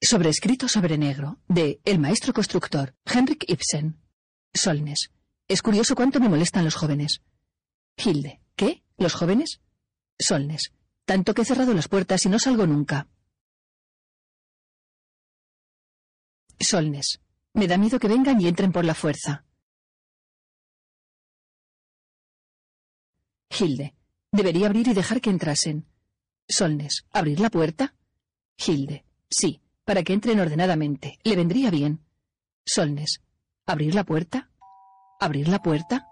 Sobrescrito sobre negro, de El maestro constructor, Henrik Ibsen. Solnes. Es curioso cuánto me molestan los jóvenes. Hilde. ¿Qué? ¿Los jóvenes? Solnes. Tanto que he cerrado las puertas y no salgo nunca. Solnes. Me da miedo que vengan y entren por la fuerza. Hilde. Debería abrir y dejar que entrasen. Solnes. ¿Abrir la puerta? Hilde. Sí, para que entren ordenadamente. Le vendría bien. Solnes. ¿Abrir la puerta? ¿Abrir la puerta?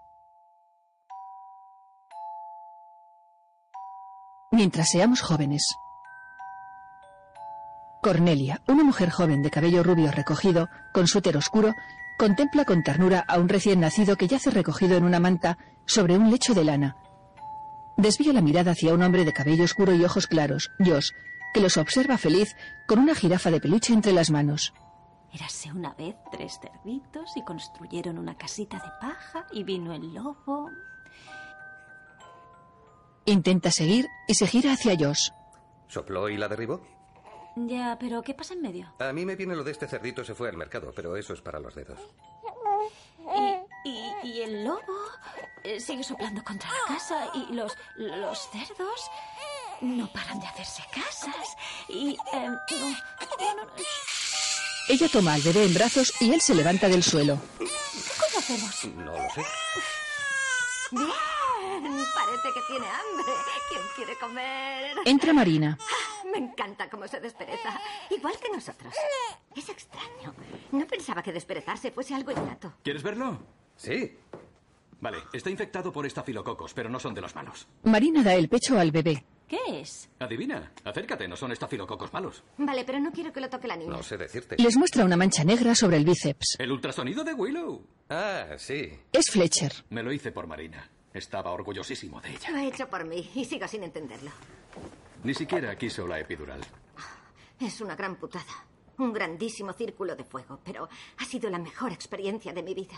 Mientras seamos jóvenes. Cornelia, una mujer joven de cabello rubio recogido, con suéter oscuro, contempla con ternura a un recién nacido que yace recogido en una manta sobre un lecho de lana. Desvía la mirada hacia un hombre de cabello oscuro y ojos claros, Josh, que los observa feliz con una jirafa de peluche entre las manos. Érase una vez tres cerditos y construyeron una casita de paja y vino el lobo. Intenta seguir y se gira hacia Josh. ¿Sopló y la derribó? Ya, pero ¿qué pasa en medio? A mí me viene lo de este cerdito se fue al mercado, pero eso es para los dedos. Y, y- y el lobo eh, sigue soplando contra la casa y los, los cerdos no paran de hacerse casas. Y... em, no, no, no, no. Ella toma al bebé en brazos y él se levanta del suelo. ¿Cómo hacemos? No lo sé. Bien, parece que tiene hambre. ¿Quién quiere comer? Entra Marina. Me encanta cómo se despereza. Igual que nosotros. Es extraño. No pensaba que desperezarse fuese algo innato. ¿Quieres verlo? Sí. Vale, está infectado por estafilococos, pero no son de los malos. Marina da el pecho al bebé. ¿Qué es? Adivina, acércate, no son estafilococos malos. Vale, pero no quiero que lo toque la niña. No sé decirte. Les muestra una mancha negra sobre el bíceps. El ultrasonido de Willow. Ah, sí. Es Fletcher. Me lo hice por Marina. Estaba orgullosísimo de ella. Lo ha hecho por mí y sigo sin entenderlo. Ni siquiera quiso la epidural. Es una gran putada. Un grandísimo círculo de fuego, pero ha sido la mejor experiencia de mi vida.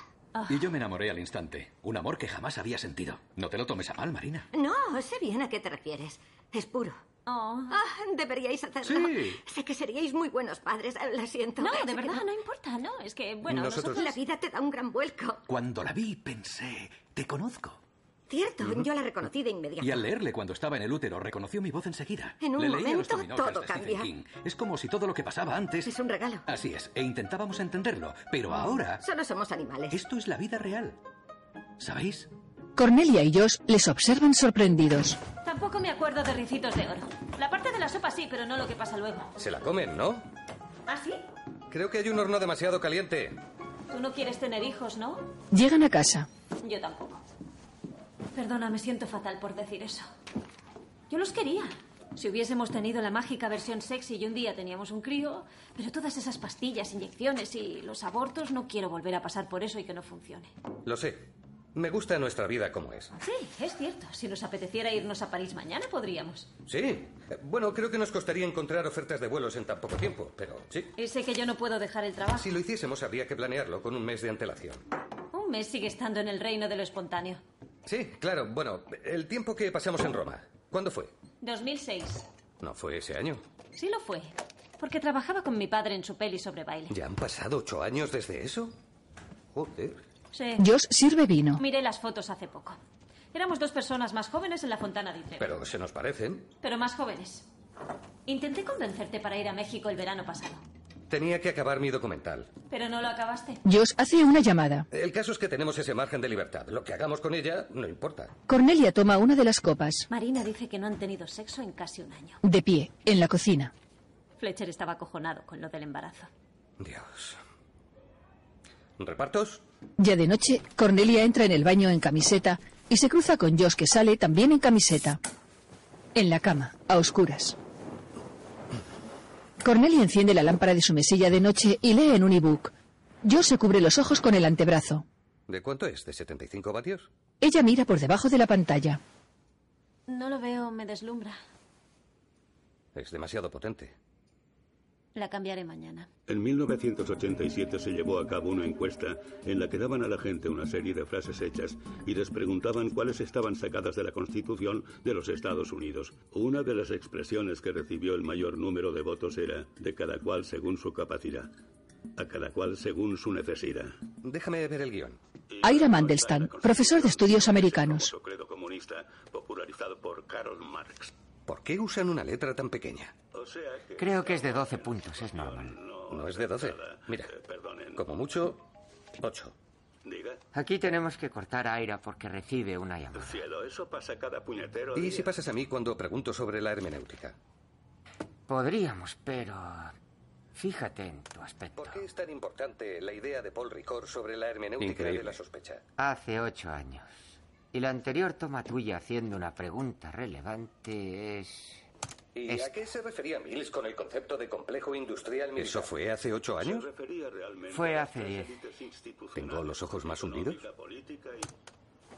Y yo me enamoré al instante. Un amor que jamás había sentido. No te lo tomes a mal, Marina. No, sé bien a qué te refieres. Es puro. Oh. Ah, deberíais hacerlo. Sí. Sé que seríais muy buenos padres. eh, Lo siento. No, Sé de que verdad, no importa, no. Es que, bueno, Nosotros- nosotros... La vida te da un gran vuelco. Cuando la vi, pensé, te conozco. Cierto, yo la reconocí de inmediato. Y al leerle cuando estaba en el útero, reconoció mi voz enseguida. En un Le leía los momento, Terminógenos todo de Stephen cambia. King. Es como si todo lo que pasaba antes... Es un regalo. Así es, e intentábamos entenderlo, pero ahora... Solo somos animales. Esto es la vida real. ¿Sabéis? Cornelia y Josh les observan sorprendidos. Tampoco me acuerdo de ricitos de oro. La parte de la sopa sí, pero no lo que pasa luego. Se la comen, ¿no? ¿Ah, sí? Creo que hay un horno demasiado caliente. Tú no quieres tener hijos, ¿no? Llegan a casa. Yo tampoco. Perdona, me siento fatal por decir eso. Yo los quería. Si hubiésemos tenido la mágica versión sexy y un día teníamos un crío, pero todas esas pastillas, inyecciones y los abortos, no quiero volver a pasar por eso y que no funcione. Lo sé. Me gusta nuestra vida como es. Sí, es cierto. Si nos apeteciera irnos a París mañana, podríamos. Sí. Eh, Bueno, creo que nos costaría encontrar ofertas de vuelos en tan poco tiempo, pero sí. Y sé que yo no puedo dejar el trabajo. Si lo hiciésemos, habría que planearlo con un mes de antelación. Un mes sigue estando en el reino de lo espontáneo. Sí, claro. Bueno, el tiempo que pasamos en Roma. ¿Cuándo fue? 2006. No fue ese año. Sí lo fue. Porque trabajaba con mi padre en su peli sobre baile. ¿Ya han pasado ocho años desde eso? Joder. Sí. Josh sirve vino. Miré las fotos hace poco. Éramos dos personas más jóvenes en la Fontana di Trevi. Pero se nos parecen. Pero más jóvenes. Intenté convencerte para ir a México el verano pasado. Tenía que acabar mi documental. Pero no lo acabaste. Josh hace una llamada. El caso es que tenemos ese margen de libertad. Lo que hagamos con ella no importa. Cornelia toma una de las copas. Marina dice que no han tenido sexo en casi un año. De pie, en la cocina. Fletcher estaba acojonado con lo del embarazo. Dios. ¿Repartos? Ya de noche, Cornelia entra en el baño en camiseta y se cruza con Josh que sale también en camiseta. En la cama, a oscuras. Cornelia enciende la lámpara de su mesilla de noche y lee en un ebook. Josh se cubre los ojos con el antebrazo. ¿De cuánto es? ¿De 75 vatios? Ella mira por debajo de la pantalla. No lo veo, me deslumbra. Es demasiado potente. La cambiaré mañana. En 1987 se llevó a cabo una encuesta en la que daban a la gente una serie de frases hechas y les preguntaban cuáles estaban sacadas de la Constitución de los Estados Unidos. Una de las expresiones que recibió el mayor número de votos era de cada cual según su capacidad, a cada cual según su necesidad. Déjame ver el guión. Ira Mandelstam, profesor de estudios americanos. Su credo comunista, popularizado por Karl Marx. ¿Por qué usan una letra tan pequeña? O sea que Creo que es de 12 puntos, es normal. No es de 12. Mira, perdonen. como mucho, 8. Diga, Aquí tenemos que cortar a Aira porque recibe una llamada. cielo, eso pasa cada puñetero Y día. si pasas a mí cuando pregunto sobre la hermenéutica. Podríamos, pero... Fíjate en tu aspecto. ¿Por qué es tan importante la idea de Paul Ricord sobre la hermenéutica Increíble. de la sospecha? Hace ocho años. Y la anterior toma tuya haciendo una pregunta relevante es... ¿Y Es- a qué se refería Mills con el concepto de complejo industrial militar? ¿Eso fue hace ocho Se años? refería realmente Fue a hace las diez. élites institucionales, ¿Tengo los ojos más hundidos? la política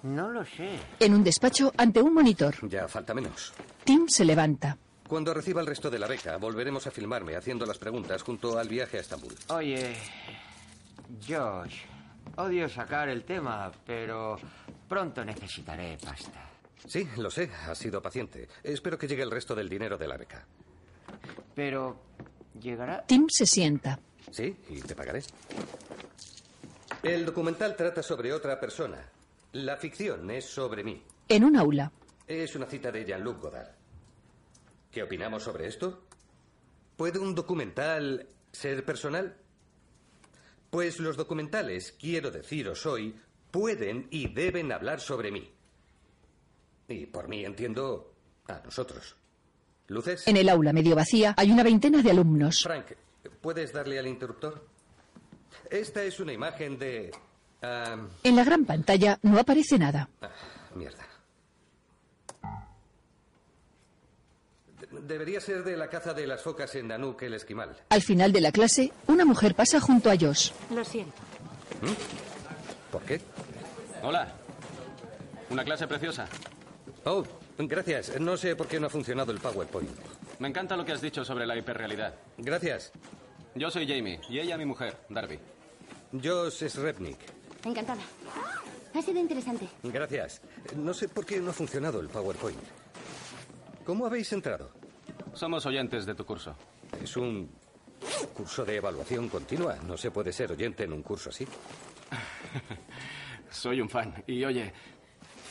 y- No lo sé. En un despacho ante un monitor, Ya falta menos. Tim se levanta. Cuando reciba el resto de la beca, volveremos a filmarme haciendo las preguntas junto al viaje a Estambul. Oye, Josh, odio sacar el tema, pero pronto necesitaré pasta. Sí, lo sé, has sido paciente. Espero que llegue el resto del dinero de la beca. Pero... ¿Llegará? Tim se sienta. Sí, y te pagaré. El documental trata sobre otra persona. La ficción es sobre mí. En un aula, Es una cita de Jean-Luc Godard. ¿Qué opinamos sobre esto? ¿Puede un documental ser personal? Pues los documentales, quiero deciros hoy, pueden y deben hablar sobre mí. Y por mí entiendo a nosotros. ¿Luces? en el aula medio vacía, hay una veintena de alumnos. Frank, ¿puedes darle al interruptor? Esta es una imagen de... ah, En la gran pantalla no aparece nada. Ah, mierda. De- debería ser de la caza de las focas en Danuk el esquimal. Al final de la clase, una mujer pasa junto a Josh. Lo siento. ¿Mm? ¿Por qué? Hola. Una clase preciosa. Oh, gracias. No sé por qué no ha funcionado el PowerPoint. Me encanta lo que has dicho sobre la hiperrealidad. Gracias. Yo soy Jamie y ella mi mujer, Darby. Josh Srebnik. Encantada. Ha sido interesante. Gracias. No sé por qué no ha funcionado el PowerPoint. ¿Cómo habéis entrado? Somos oyentes de tu curso. Es un curso de evaluación continua. No se puede ser oyente en un curso así. Soy un fan. Y oye,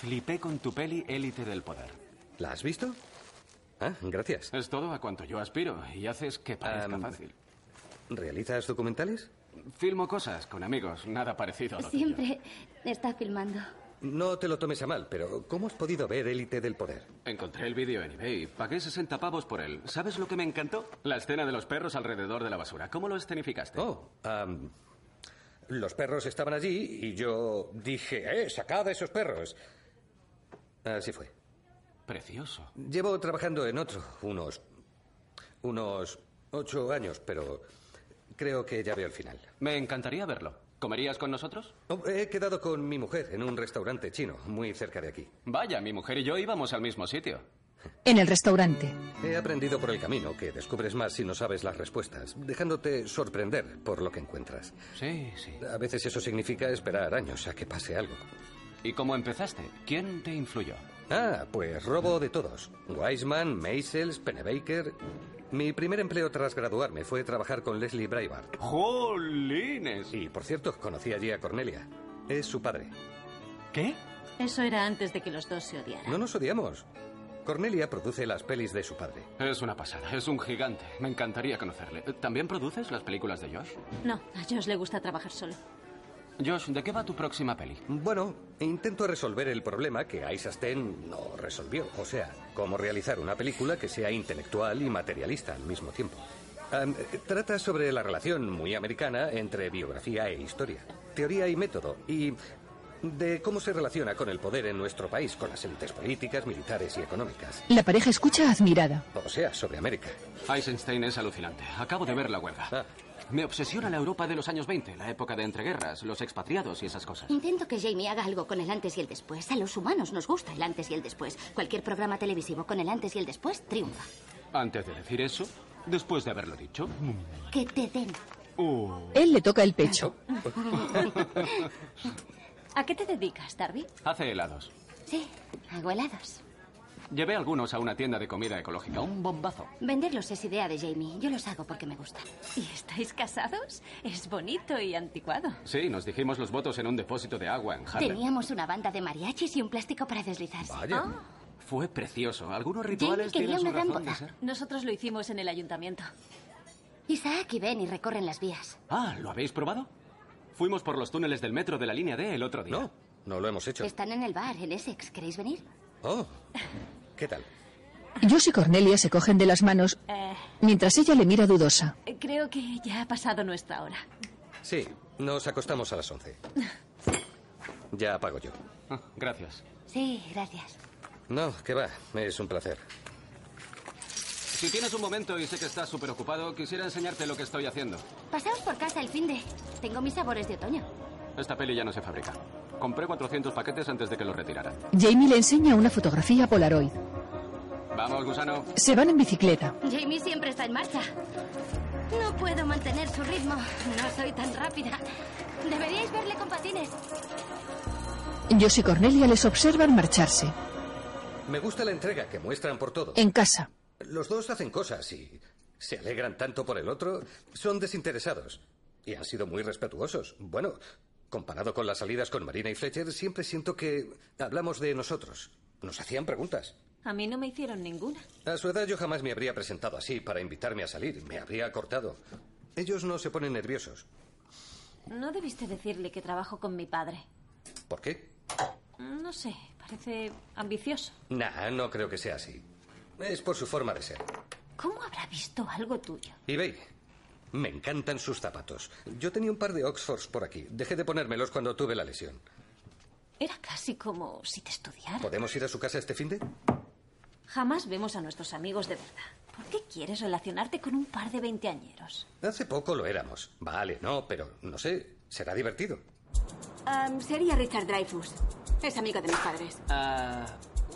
flipé con tu peli Élite del Poder. ¿La has visto? Ah, gracias. Es todo a cuanto yo aspiro y haces que parezca Am, fácil. ¿Realizas documentales? Filmo cosas con amigos, nada parecido a lo tuyo. Siempre está filmando. No te lo tomes a mal, pero ¿cómo has podido ver Élite del Poder? Encontré el vídeo en eBay. Pagué 60 pavos por él. ¿Sabes lo que me encantó? La escena de los perros alrededor de la basura. ¿Cómo lo escenificaste? Oh, am, los perros estaban allí y yo dije, ¡eh, sacad a esos perros! Así fue. Precioso. Llevo trabajando en otro unos. unos ocho años, pero creo que ya veo el final. Me encantaría verlo. ¿Comerías con nosotros? Oh, He quedado con mi mujer en un restaurante chino, muy cerca de aquí. Vaya, mi mujer y yo íbamos al mismo sitio. En el restaurante, He aprendido por el camino que descubres más si no sabes las respuestas, dejándote sorprender por lo que encuentras. Sí, sí. A veces eso significa esperar años a que pase algo. ¿Y cómo empezaste? ¿Quién te influyó? Ah, pues robo de todos. Wiseman, Maisels, Pennebaker. Mi primer empleo tras graduarme fue trabajar con Leslie Breitbart. ¡Jolines! Y, por cierto, conocí allí a Cornelia. Es su padre. ¿Qué? Eso era antes de que los dos se odiaran. No nos odiamos. Cornelia produce las pelis de su padre. Es una pasada, es un gigante. Me encantaría conocerle. ¿También produces las películas de Josh? No, a Josh le gusta trabajar solo. Josh, ¿de qué va tu próxima peli? Bueno, intento resolver el problema que Eisenstein no resolvió. O sea, cómo realizar una película que sea intelectual y materialista al mismo tiempo. Am, eh, trata sobre la relación muy americana entre biografía e historia, teoría y método, y de cómo se relaciona con el poder en nuestro país, con las élites políticas, militares y económicas. la pareja escucha admirada. O sea, sobre América. Eisenstein es alucinante. Acabo de ver la huelga. Ah. Me obsesiona la Europa de los años 20, la época de entreguerras, los expatriados y esas cosas. Mm. Intento que Jamie haga algo con el antes y el después. A los humanos nos gusta el antes y el después. Cualquier programa televisivo con el antes y el después triunfa. Antes de decir eso, Después de haberlo dicho. Que te den. Oh. Él le toca el pecho. ¿A qué te dedicas, Darby? Hace helados. Sí, hago helados. Llevé algunos a una tienda de comida ecológica. Un bombazo. Venderlos es idea de Jamie. Yo los hago porque me gusta. ¿Y estáis casados? Es bonito y anticuado. Sí, nos dijimos los votos en un depósito de agua en Harlem. Teníamos una banda de mariachis y un plástico para deslizarse. Vaya. Ah. Fue precioso. Algunos rituales Ah. quería tienen su una gran razón de boda. ser. Nosotros lo hicimos en el ayuntamiento. Isaac y Benny recorren las vías. Ah, ¿lo habéis probado? Fuimos por los túneles del metro de la línea D el otro día. No, no lo hemos hecho. Están en el bar, en Essex. ¿Queréis venir? Oh, ¿qué tal? Josh y Cornelia se cogen de las manos Eh, mientras ella le mira dudosa. creo que ya ha pasado nuestra hora. Sí, nos acostamos a las 11. Ya apago yo. Ah, gracias. Sí, gracias. No, que va, es un placer. Si tienes un momento y sé que estás súper ocupado, quisiera enseñarte lo que estoy haciendo. Pasaos por casa el fin de. Tengo mis sabores de otoño. Esta peli ya no se fabrica. Compré 400 paquetes antes de que los retiraran. Jamie le enseña una fotografía Polaroid. Vamos, gusano. Se van en bicicleta. Jamie siempre está en marcha. No puedo mantener su ritmo. No soy tan rápida. Deberíais verle con patines. Josh y Cornelia les observan marcharse. Me gusta la entrega que muestran por todo. En casa. Los dos hacen cosas y se alegran tanto por el otro, son desinteresados y han sido muy respetuosos. Bueno, comparado con las salidas con Marina y Fletcher, siempre siento que hablamos de nosotros. Nos hacían preguntas. A mí no me hicieron ninguna. A su edad yo jamás me habría presentado así para invitarme a salir, me habría cortado. Ellos no se ponen nerviosos. No debiste decirle que trabajo con mi padre. ¿Por qué? No sé, parece ambicioso. Nah, no creo que sea así. Es por su forma de ser. ¿Cómo habrá visto algo tuyo? Y ve, me encantan sus zapatos. Yo tenía un par de Oxfords por aquí. Dejé de ponérmelos cuando tuve la lesión. Era casi como si te estudiara. ¿Podemos ir a su casa este fin de? Jamás vemos a nuestros amigos de verdad. ¿Por qué quieres relacionarte con un par de veinteañeros? Hace poco lo éramos. Vale, no, pero no sé, será divertido. Am, sería Richard Dreyfus. Es amigo de mis padres. Ah,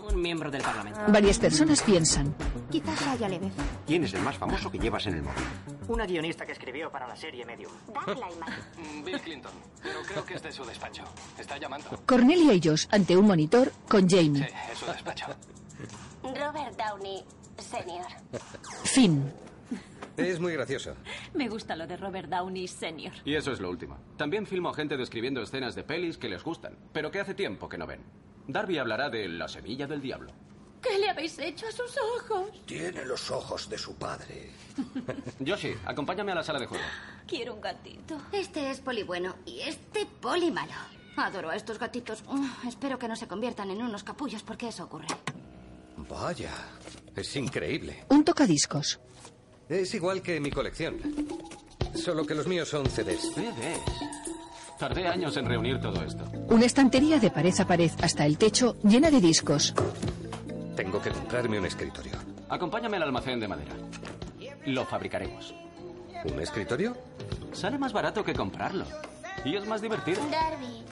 un miembro del Parlamento. Varias personas piensan. Quizás haya leve. ¿Quién es el más famoso que llevas en el móvil? Una guionista que escribió para la serie Medium. Dar la imagen. Mm, Bill Clinton, pero creo que es de su despacho. Está llamando. Cornelia y Josh ante un monitor con Jamie. Eh, es su despacho. Robert Downey, señor. Fin. Es muy gracioso. Me gusta lo de Robert Downey Sr. Y eso es lo último. También filmo a gente describiendo escenas de pelis que les gustan, pero que hace tiempo que no ven. Darby hablará de La Semilla del Diablo. ¿Qué le habéis hecho a sus ojos? Tiene los ojos de su padre. Yoshi, acompáñame a la sala de juego. Quiero un gatito. Este es poli bueno y este poli malo. Adoro a estos gatitos. Mm, espero que no se conviertan en unos capullos porque eso ocurre. Vaya, es increíble. Un tocadiscos. Es igual que mi colección. Solo que los míos son CDs. ¿Qué ves? Tardé años en reunir todo esto. Una estantería de pared a pared hasta el techo llena de discos. Tengo que comprarme un escritorio. Acompáñame al almacén de madera. Lo fabricaremos. ¿Un escritorio? Sale más barato que comprarlo. Y es más divertido. Darby,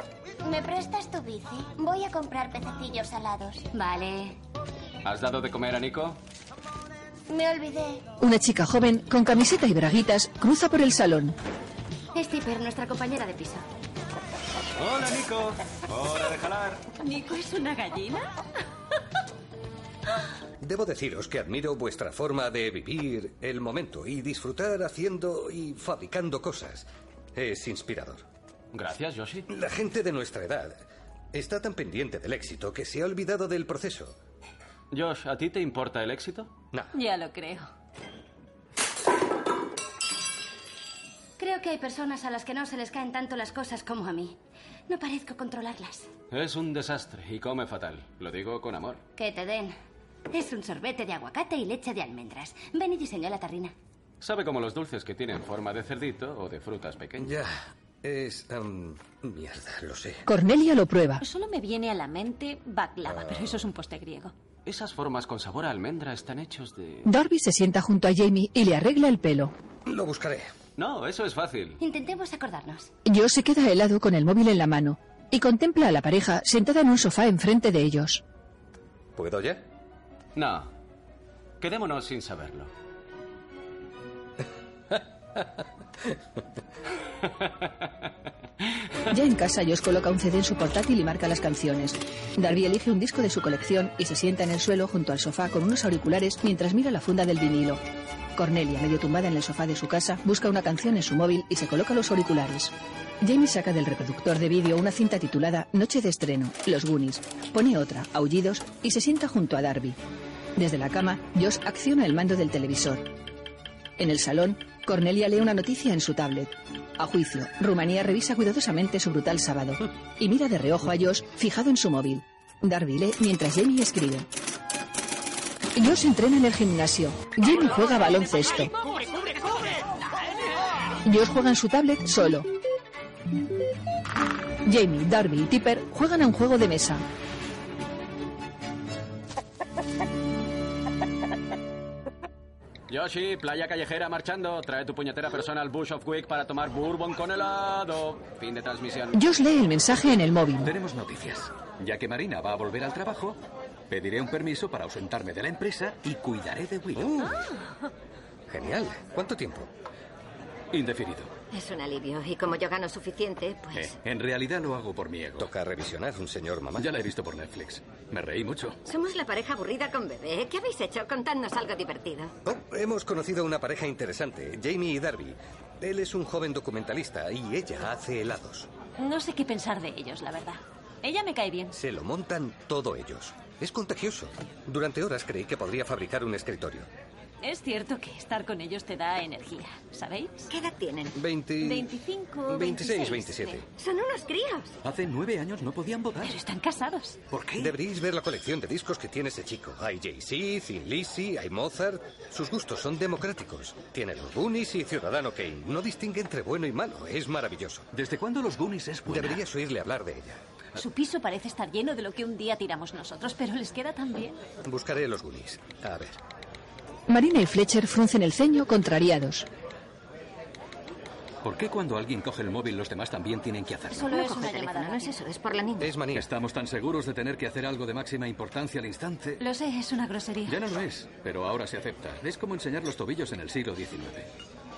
¿me prestas tu bici? Voy a comprar pececillos salados. Vale. ¿Has dado de comer a Nico? Me olvidé. Una chica joven con camiseta y braguitas cruza por el salón. Es Tipper, nuestra compañera de piso. Hola, Nico. Hora de jalar. ¿Nico es una gallina? Debo deciros que admiro vuestra forma de vivir el momento y disfrutar haciendo y fabricando cosas. Es inspirador. Gracias, Yoshi. La gente de nuestra edad está tan pendiente del éxito que se ha olvidado del proceso. Josh, ¿a ti te importa el éxito? No, Ya lo creo. Creo que hay personas a las que no se les caen tanto las cosas como a mí. No parezco controlarlas. Es un desastre y come fatal. Lo digo con amor. Que te den. Es un sorbete de aguacate y leche de almendras. Ven y diseñó la tarrina. Sabe como los dulces que tienen forma de cerdito o de frutas pequeñas. ya. Es. em, mierda, lo sé. Cornelia lo prueba. Solo me viene a la mente baklava, pero eso es un poste griego. Esas formas con sabor a almendra están hechos de... Darby se sienta junto a Jamie y le arregla el pelo. Lo buscaré. No, eso es fácil. Intentemos acordarnos. Josh se queda helado con el móvil en la mano y contempla a la pareja sentada en un sofá enfrente de ellos. ¿Puedo ya? No. Quedémonos sin saberlo. Ya en casa, Josh coloca un CD en su portátil y marca las canciones. Darby elige un disco de su colección y se sienta en el suelo junto al sofá con unos auriculares mientras mira la funda del vinilo. Cornelia, medio tumbada en el sofá de su casa, busca una canción en su móvil y se coloca los auriculares. Jamie saca del reproductor de vídeo una cinta titulada Noche de estreno, Los Goonies. Pone otra, Aullidos, y se sienta junto a Darby. Desde la cama, Josh acciona el mando del televisor. En el salón, Cornelia lee una noticia en su tablet. A juicio, Rumanía revisa cuidadosamente su brutal sábado y mira de reojo a Josh fijado en su móvil. Darby lee mientras Jamie escribe. Josh entrena en el gimnasio. Jamie juega a baloncesto. ¡Cubre, cubre, que se cubre! Josh juega en su tablet solo. Jamie, Darby y Tipper juegan a un juego de mesa. Yoshi, playa callejera marchando. Trae tu puñetera persona al Bush of Wick para tomar bourbon con helado. Fin de transmisión. Josh lee el mensaje en el móvil. Tenemos noticias. Ya que Marina va a volver al trabajo, pediré un permiso para ausentarme de la empresa y cuidaré de Willow. Oh, Ah, Genial. ¿Cuánto tiempo? Indefinido. Es un alivio. Y como yo gano suficiente, pues. Eh, en realidad lo hago por mi ego. Toca revisionar un señor mamá. Ya la he visto por Netflix. Me reí mucho. Somos la pareja aburrida con bebé. ¿Qué habéis hecho? Contadnos algo divertido. Oh, hemos conocido una pareja interesante, Jamie y Darby. Él es un joven documentalista y ella hace helados. No sé qué pensar de ellos, la verdad. Ella me cae bien. Se lo montan todo ellos. Es contagioso. Durante horas creí que podría fabricar un escritorio. Es cierto que estar con ellos te da energía, ¿sabéis? ¿Qué edad tienen? 20... 25, 26, 26, 27. Son unos críos. Hace nueve años no podían votar. Pero están casados. ¿Por qué? Deberíais ver la colección de discos que tiene ese chico. Hay Jay-Z, Thin Lizzy, hay Mozart. Sus gustos son democráticos. Tiene los Goonies y Ciudadano Kane. No distingue entre bueno y malo. Es maravilloso. ¿Desde cuándo los Goonies es buena? Deberías oírle hablar de ella. Su piso parece estar lleno de lo que un día tiramos nosotros, pero les queda tan bien. Buscaré los Goonies. A ver. Marina y Fletcher fruncen el ceño contrariados. ¿Por qué cuando alguien coge el móvil los demás también tienen que hacerlo? Solo No es coge una el teléfono, llamada. No es rápida. eso, es por la niña. Es manía. Estamos tan seguros de tener que hacer algo de máxima importancia al instante. Lo sé, es una grosería. Ya no lo es, pero ahora se acepta. Es como enseñar los tobillos en el siglo XIX.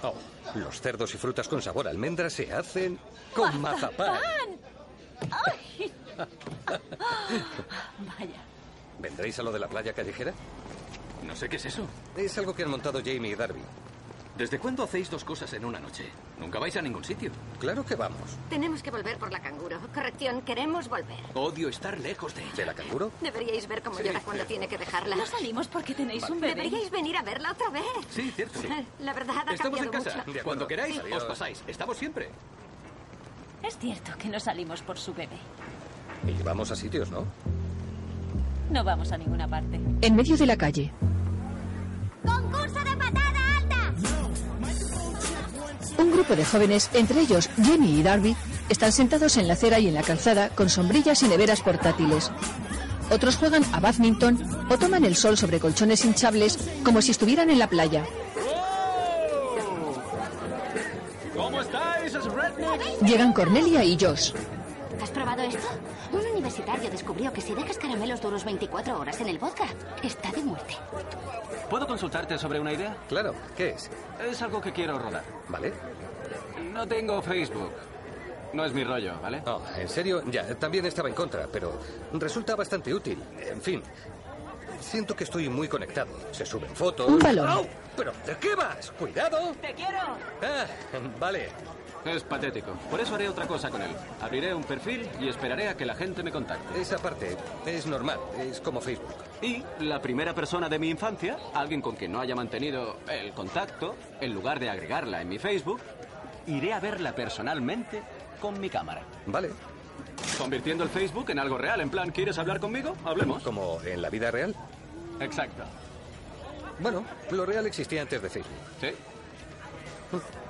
Oh, los cerdos y frutas con sabor a almendra se hacen con mazapán. ¡Ay! Vaya. ¿Vendréis a lo de la playa callejera? No sé qué es eso. Es algo que han montado Jamie y Darby. ¿Desde cuándo hacéis dos cosas en una noche? Nunca vais a ningún sitio. Claro que vamos. Eh. Tenemos que volver por la canguro. Corrección, queremos volver. Odio estar lejos de ¿De ella. la canguro? Deberíais ver cómo llora cuando tiene que dejarla. No salimos porque tenéis un bebé. Deberíais venir a verla otra vez. Sí, cierto. La verdad ha Estamos en cambiado mucho. casa. De acuerdo. Cuando queráis, Sí. os pasáis. Estamos siempre. Es cierto que no salimos por su bebé. Y vamos a sitios, ¿no? No vamos a ninguna parte. En medio de la calle, ¡Concurso de patada alta! un grupo de jóvenes, entre ellos Jenny y Darby, están sentados en la acera y en la calzada con sombrillas y neveras portátiles. Otros juegan a badminton o toman el sol sobre colchones hinchables como si estuvieran en la playa. ¿Cómo estáis, esos rednecks? Llegan Cornelia y Josh. ¿Has probado esto? Un universitario descubrió que si dejas caramelos duros 24 horas en el vodka, está de muerte. ¿Puedo consultarte sobre una idea? Claro, ¿qué es? Es algo que quiero rodar. ¿Vale? No tengo Facebook. No es mi rollo, ¿vale? Oh, en serio, ya, también estaba en contra, pero resulta bastante útil. En fin, siento que estoy muy conectado. Se suben fotos. Un balón. ¡Au! ¿Pero de qué vas? ¡Cuidado! ¡Te quiero! Ah, vale. Es patético. Por eso haré otra cosa con él. Abriré un perfil y esperaré a que la gente me contacte. Esa parte es normal, es como Facebook. Y la primera persona de mi infancia, alguien con quien no haya mantenido el contacto, en lugar de agregarla en mi Facebook, iré a verla personalmente con mi cámara. Vale, Convirtiendo el Facebook en algo real, en plan, ¿quieres hablar conmigo? Hablemos. como en la vida real. Exacto. Bueno, lo real existía antes de Facebook. Sí.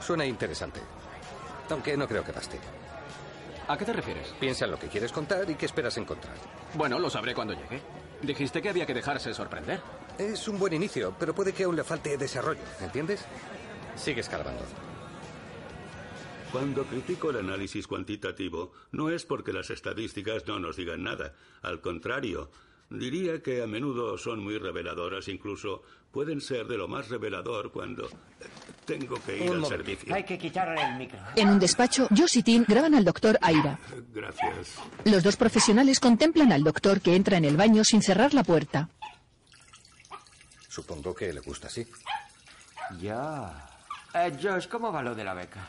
Suena interesante. Aunque no creo que baste. ¿A qué te refieres? Piensa en lo que quieres contar y qué esperas encontrar. Bueno, lo sabré cuando llegue. Dijiste que había que dejarse sorprender. Es un buen inicio, pero puede que aún le falte desarrollo, ¿entiendes? Sigue escalando. Cuando critico el análisis cuantitativo, no es porque las estadísticas no nos digan nada. Al contrario, diría que a menudo son muy reveladoras, incluso pueden ser de lo más revelador cuando... Tengo que ir Un al momento. servicio. Hay que quitarle el micro. En un despacho, Josh y Tim graban al doctor Aira. Gracias. Los dos profesionales contemplan al doctor que entra en el baño sin cerrar la puerta. Supongo que le gusta así. Ya. Eh, Josh, ¿cómo va lo de la beca?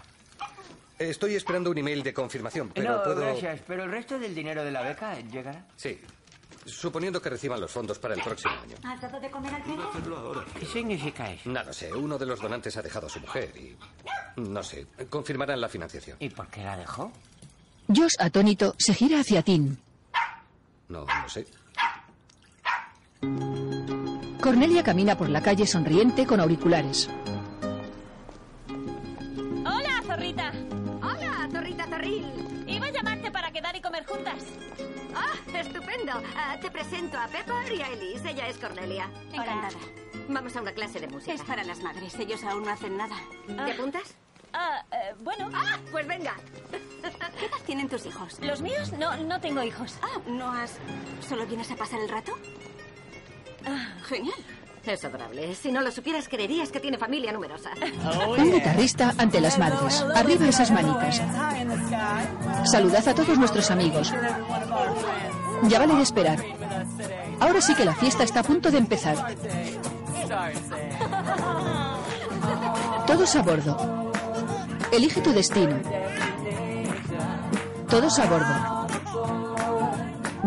Estoy esperando un email de confirmación, pero no, puedo. gracias, pero el resto del dinero de la beca llegará. Sí. Suponiendo que reciban los fondos para el próximo año. ¿Has dado de comer al perro? ¿Qué significa eso? Nada sé. Uno de los donantes ha dejado a su mujer y. No sé. Confirmarán la financiación. ¿Y por qué la dejó? Josh, atónito, se gira hacia Tim. No, no sé. Cornelia camina por la calle sonriente con auriculares. Hola, zorrita. Hola, zorrita zorril. Iba a llamarte para quedar y comer juntas. ¡Ah, estupendo! Ah, te presento a Peppa y a Elise. Ella es Cornelia. Encantada. Vamos a una clase de música. Es para las madres. Pues Ellos aún no hacen nada. ¿Te apuntas? Ah, eh, bueno. Ah, pues venga. ¿Qué edad tienen tus hijos? ¿Los míos? No, no tengo hijos. Ah, ¿no has... solo vienes a pasar el rato? Ah, genial. Es adorable. Si no lo supieras, creerías que tiene familia numerosa. Un guitarrista ante las madres. Arriba esas manitas. Saludad a todos nuestros amigos. Ya vale de esperar. Ahora sí que la fiesta está a punto de empezar. Todos a bordo. Elige tu destino. Todos a bordo.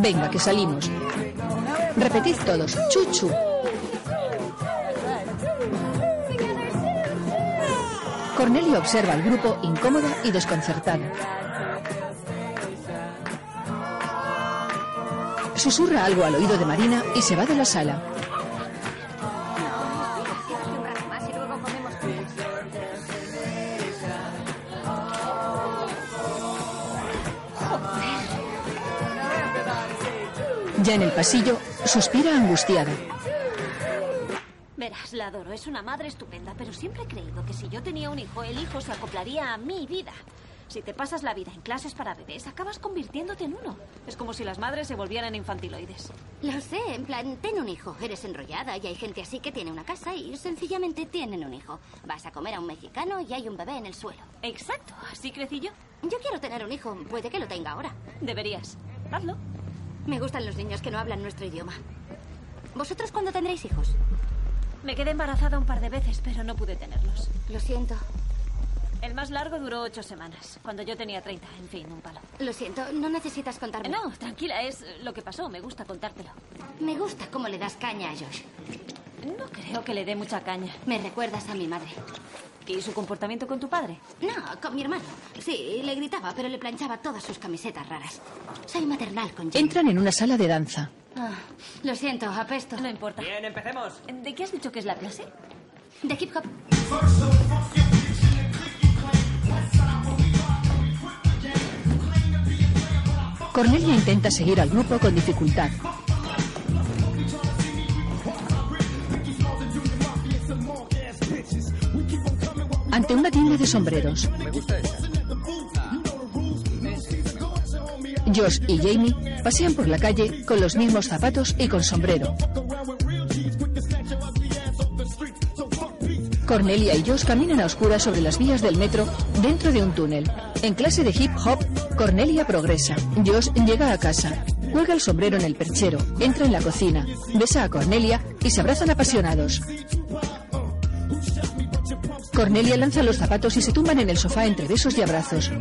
Venga, que salimos. Repetid todos. Chuchu. Cornelia observa al grupo incómoda y desconcertada. Susurra algo al oído de Marina y se va de la sala. Ya en el pasillo, suspira angustiada. Verás, la adoro. Es una madre estupenda, pero siempre he creído que si yo tenía un hijo, el hijo se acoplaría a mi vida. Si te pasas la vida en clases para bebés, acabas convirtiéndote en uno. Es como si las madres se volvieran infantiloides. Lo sé, en plan, ten un hijo, eres enrollada y hay gente así que tiene una casa y sencillamente tienen un hijo. Vas a comer a un mexicano y hay un bebé en el suelo. Exacto, así crecí yo. Yo quiero tener un hijo, puede que lo tenga ahora. Deberías. Hazlo. Me gustan los niños que no hablan nuestro idioma. ¿Vosotros cuándo tendréis hijos? Me quedé embarazada un par de veces, pero no pude tenerlos. Lo siento. El más largo duró ocho semanas, cuando yo tenía 30. En fin, un palo. Lo siento, no necesitas contarme. No, tranquila, es eh, lo que pasó. Me gusta contártelo. Me gusta cómo le das caña a Josh. No creo que le dé mucha caña. Me recuerdas a mi madre. ¿Y su comportamiento con tu padre? No, con mi hermano. Sí, le gritaba, pero le planchaba todas sus camisetas raras. Soy maternal con Jane. Entran en una sala de danza. Ah, lo siento, apesto. No importa. Bien, empecemos. ¿De qué has dicho que es la clase? De hip hop. Cornelia intenta seguir al grupo con dificultad. Ante una tienda de sombreros, Me gusta esa. Josh y Jamie pasean por la calle con los mismos zapatos y con sombrero. Cornelia y Josh caminan a oscuras sobre las vías del metro dentro de un túnel. En clase de hip hop, Cornelia progresa. Josh llega a casa, cuelga el sombrero en el perchero, entra en la cocina, besa a Cornelia y se abrazan apasionados. Cornelia lanza los zapatos y se tumban en el sofá entre besos y abrazos.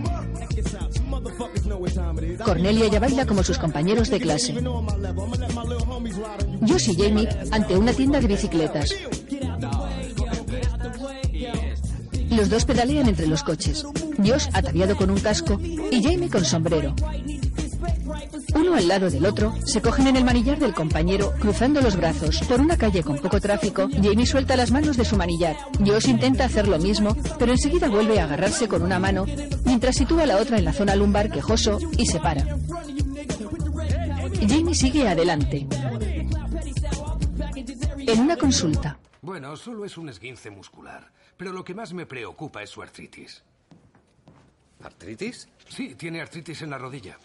Cornelia ya baila como sus compañeros de clase. Josh y Jamie ante una tienda de bicicletas. Los dos pedalean entre los coches. Josh ataviado con un casco y Jamie con sombrero. Uno al lado del otro, se cogen en el manillar del compañero, cruzando los brazos. Por una calle con poco tráfico, Jamie suelta las manos de su manillar. Josh intenta hacer lo mismo, pero enseguida vuelve a agarrarse con una mano, mientras sitúa la otra en la zona lumbar quejoso y se para. Jamie sigue adelante. En una consulta, Bueno, solo es un esguince muscular, pero lo que más me preocupa es su artritis. ¿Artritis? Sí, tiene artritis en la rodilla.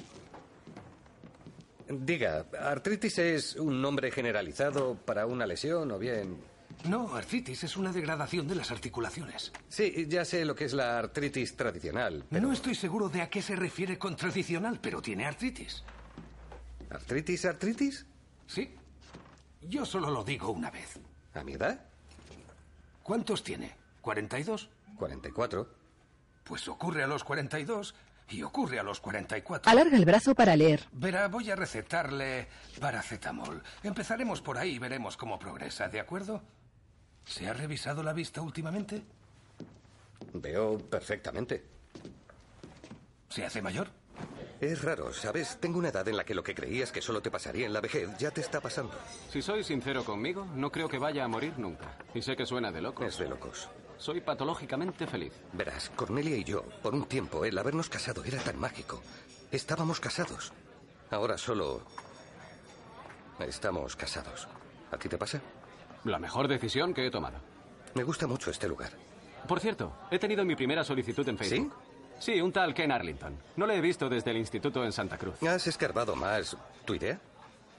Diga, ¿artritis es un nombre generalizado para una lesión o bien No, artritis es una degradación de las articulaciones. Sí, ya sé lo que es la artritis tradicional, pero... No estoy seguro de a qué se refiere con tradicional, pero tiene artritis. ¿Artritis, artritis? Sí. Yo solo lo digo una vez. ¿A mi edad? ¿Cuántos tiene? ¿42? 44. Pues ocurre a los 42 y ocurre a los 44. Alarga el brazo para leer. Verá, voy a recetarle paracetamol. Empezaremos por ahí y veremos cómo progresa, ¿de acuerdo? ¿Se ha revisado la vista últimamente? Veo perfectamente. ¿Se hace mayor? Es raro, ¿sabes? Tengo una edad en la que lo que creías que solo te pasaría en la vejez ya te está pasando. Si soy sincero conmigo, no creo que vaya a morir nunca. Y sé que suena de locos. Es de locos. Soy patológicamente feliz. Verás, Cornelia y yo, por un tiempo, el habernos casado era tan mágico. Estábamos casados. Ahora solo... Estamos casados. ¿A ti te pasa? La mejor decisión que he tomado. Me gusta mucho este lugar. Por cierto, he tenido mi primera solicitud en Facebook. ¿Sí? Sí, un tal Ken Arlington. No le he visto desde el instituto en Santa Cruz. ¿Has escarbado más tu idea?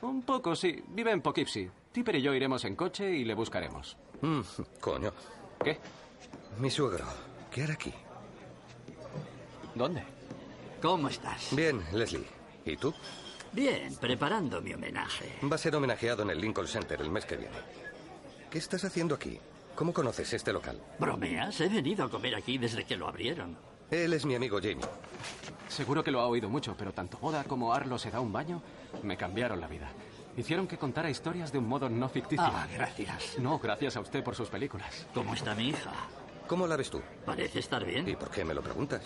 Un poco, sí. Vive en Poughkeepsie. Tipper y yo iremos en coche y le buscaremos. Mm, coño. ¿Qué? Mi suegro. ¿Qué hará aquí? ¿Dónde? ¿Cómo estás? Bien, Leslie. ¿Y tú? Bien, preparando mi homenaje. Va a ser homenajeado en el Lincoln Center el mes que viene. ¿Qué estás haciendo aquí? ¿Cómo conoces este local? ¿Bromeas? He venido a comer aquí desde que lo abrieron. Él es mi amigo Jamie. Seguro que lo ha oído mucho, pero tanto Boda como Arlo se da un baño me cambiaron la vida. Hicieron que contara historias de un modo no ficticio. Ah, gracias. No, gracias a usted por sus películas. ¿Cómo está mi hija? ¿Cómo la ves tú? Parece estar bien. ¿Y por qué me lo preguntas?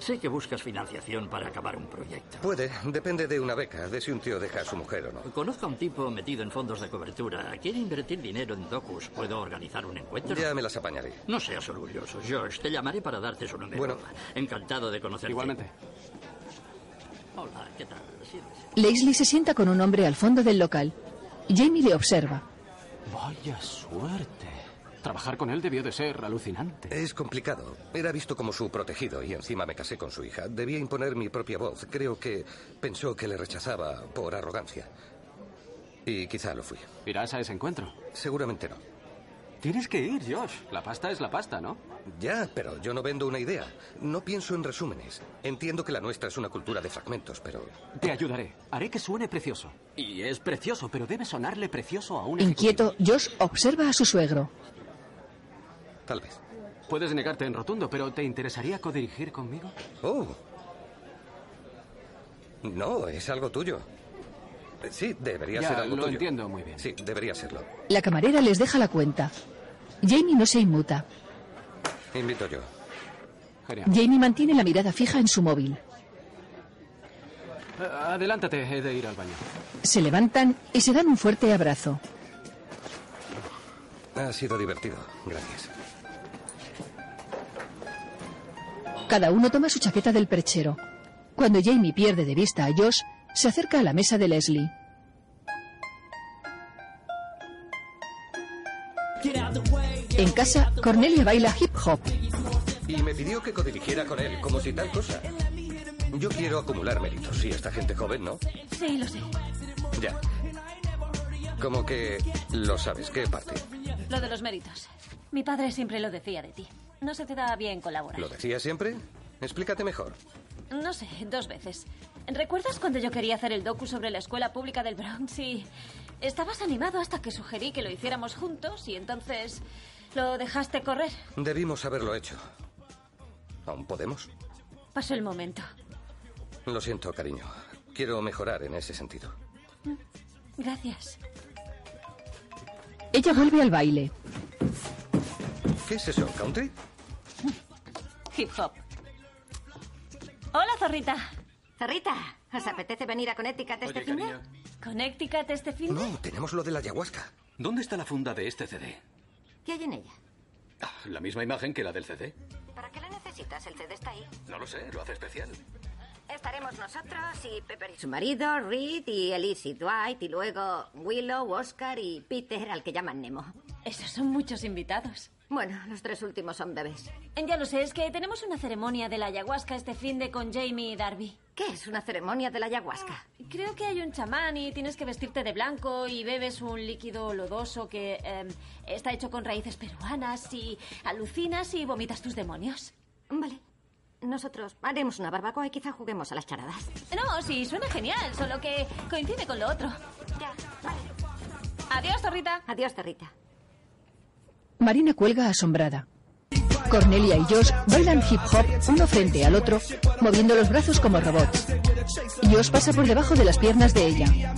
Sé que buscas financiación para acabar un proyecto. Puede, depende de una beca, de si un tío deja a su mujer o no. Conozco a un tipo metido en fondos de cobertura. Quiere invertir dinero en docus. ¿Puedo organizar un encuentro? Ya me las apañaré. No seas orgulloso, George. Te llamaré para darte su número. Bueno. Encantado de conocerte. Igualmente. Hola, ¿qué tal? Siéntese. Leslie se sienta con un hombre al fondo del local. Jamie le observa. Vaya suerte. Trabajar con él debió de ser alucinante. Es complicado. Era visto como su protegido y encima me casé con su hija. Debía imponer mi propia voz. Creo que pensó que le rechazaba por arrogancia. Y quizá lo fui. ¿Irás a ese encuentro? Seguramente no. Tienes que ir, Josh. La pasta es la pasta, ¿no? Ya, pero yo no vendo una idea. No pienso en resúmenes. Entiendo que la nuestra es una cultura de fragmentos, pero... Te ayudaré. Haré que suene precioso. Y es precioso, pero debe sonarle precioso a un Inquieto, Josh observa a su suegro. Tal vez. Puedes negarte en rotundo, pero ¿te interesaría codirigir conmigo? Oh. No, es algo tuyo. Sí, debería Ya, ser algo lo tuyo. entiendo muy bien. Sí, debería serlo. La camarera les deja la cuenta. Jamie no se inmuta. Invito yo. Genial. Jamie mantiene la mirada fija en su móvil. Eh, Adelántate, he de ir al baño. Se levantan y se dan un fuerte abrazo. Ha sido divertido. Gracias. Cada uno toma su chaqueta del perchero. Cuando Jamie pierde de vista a Josh, se acerca a la mesa de Leslie. En casa, Cornelia baila hip hop. Y me pidió que codirigiera con él, como si tal cosa. Yo quiero acumular méritos. Sí, esta gente joven, ¿no? Sí, lo sé. Ya. Como que lo sabes, ¿qué parte? Lo de los méritos. Mi padre siempre lo decía de ti. No se te da bien colaborar. ¿Lo decía siempre? Explícate mejor. No sé, dos veces. ¿Recuerdas cuando yo quería hacer el docu sobre la escuela pública del Bronx y estabas animado hasta que sugerí que lo hiciéramos juntos y entonces lo dejaste correr? Debimos haberlo hecho. ¿Aún podemos? Pasó el momento. Lo siento, cariño. Quiero mejorar en ese sentido. Gracias. Ella vuelve al baile. ¿Qué es eso, country? Hip hop. Hola, Zorrita. Zorrita, ¿os apetece venir a Connecticut este fin de? ¿Connecticut este fin de? No, tenemos lo de la ayahuasca. ¿Dónde está la funda de este CD? ¿Qué hay en ella? Ah, ¿La misma imagen que la del CD? ¿Para qué la necesitas? El CD está ahí. No lo sé, lo hace especial. Estaremos nosotros y Pepper y su marido, Reed y Elise y Dwight y luego Willow, Oscar y Peter, al que llaman Nemo. Esos son muchos invitados. Bueno, los tres últimos son bebés. Eh, Ya lo sé, es que tenemos una ceremonia de la ayahuasca este fin de con Jamie y Darby. Ah, ¿Qué es una ceremonia de la ayahuasca? Creo que hay un chamán y tienes que vestirte de blanco y bebes un líquido lodoso que eh, está hecho con raíces peruanas y alucinas y vomitas tus demonios. Vale. Nosotros haremos una barbacoa y quizá juguemos a las charadas. No, sí, suena genial, solo que coincide con lo otro. Ya, Adiós, Torrita. Adiós, Torrita. Marina cuelga asombrada. Cornelia y Josh bailan hip hop uno frente al otro, moviendo los brazos como robots. Josh pasa por debajo de las piernas de ella.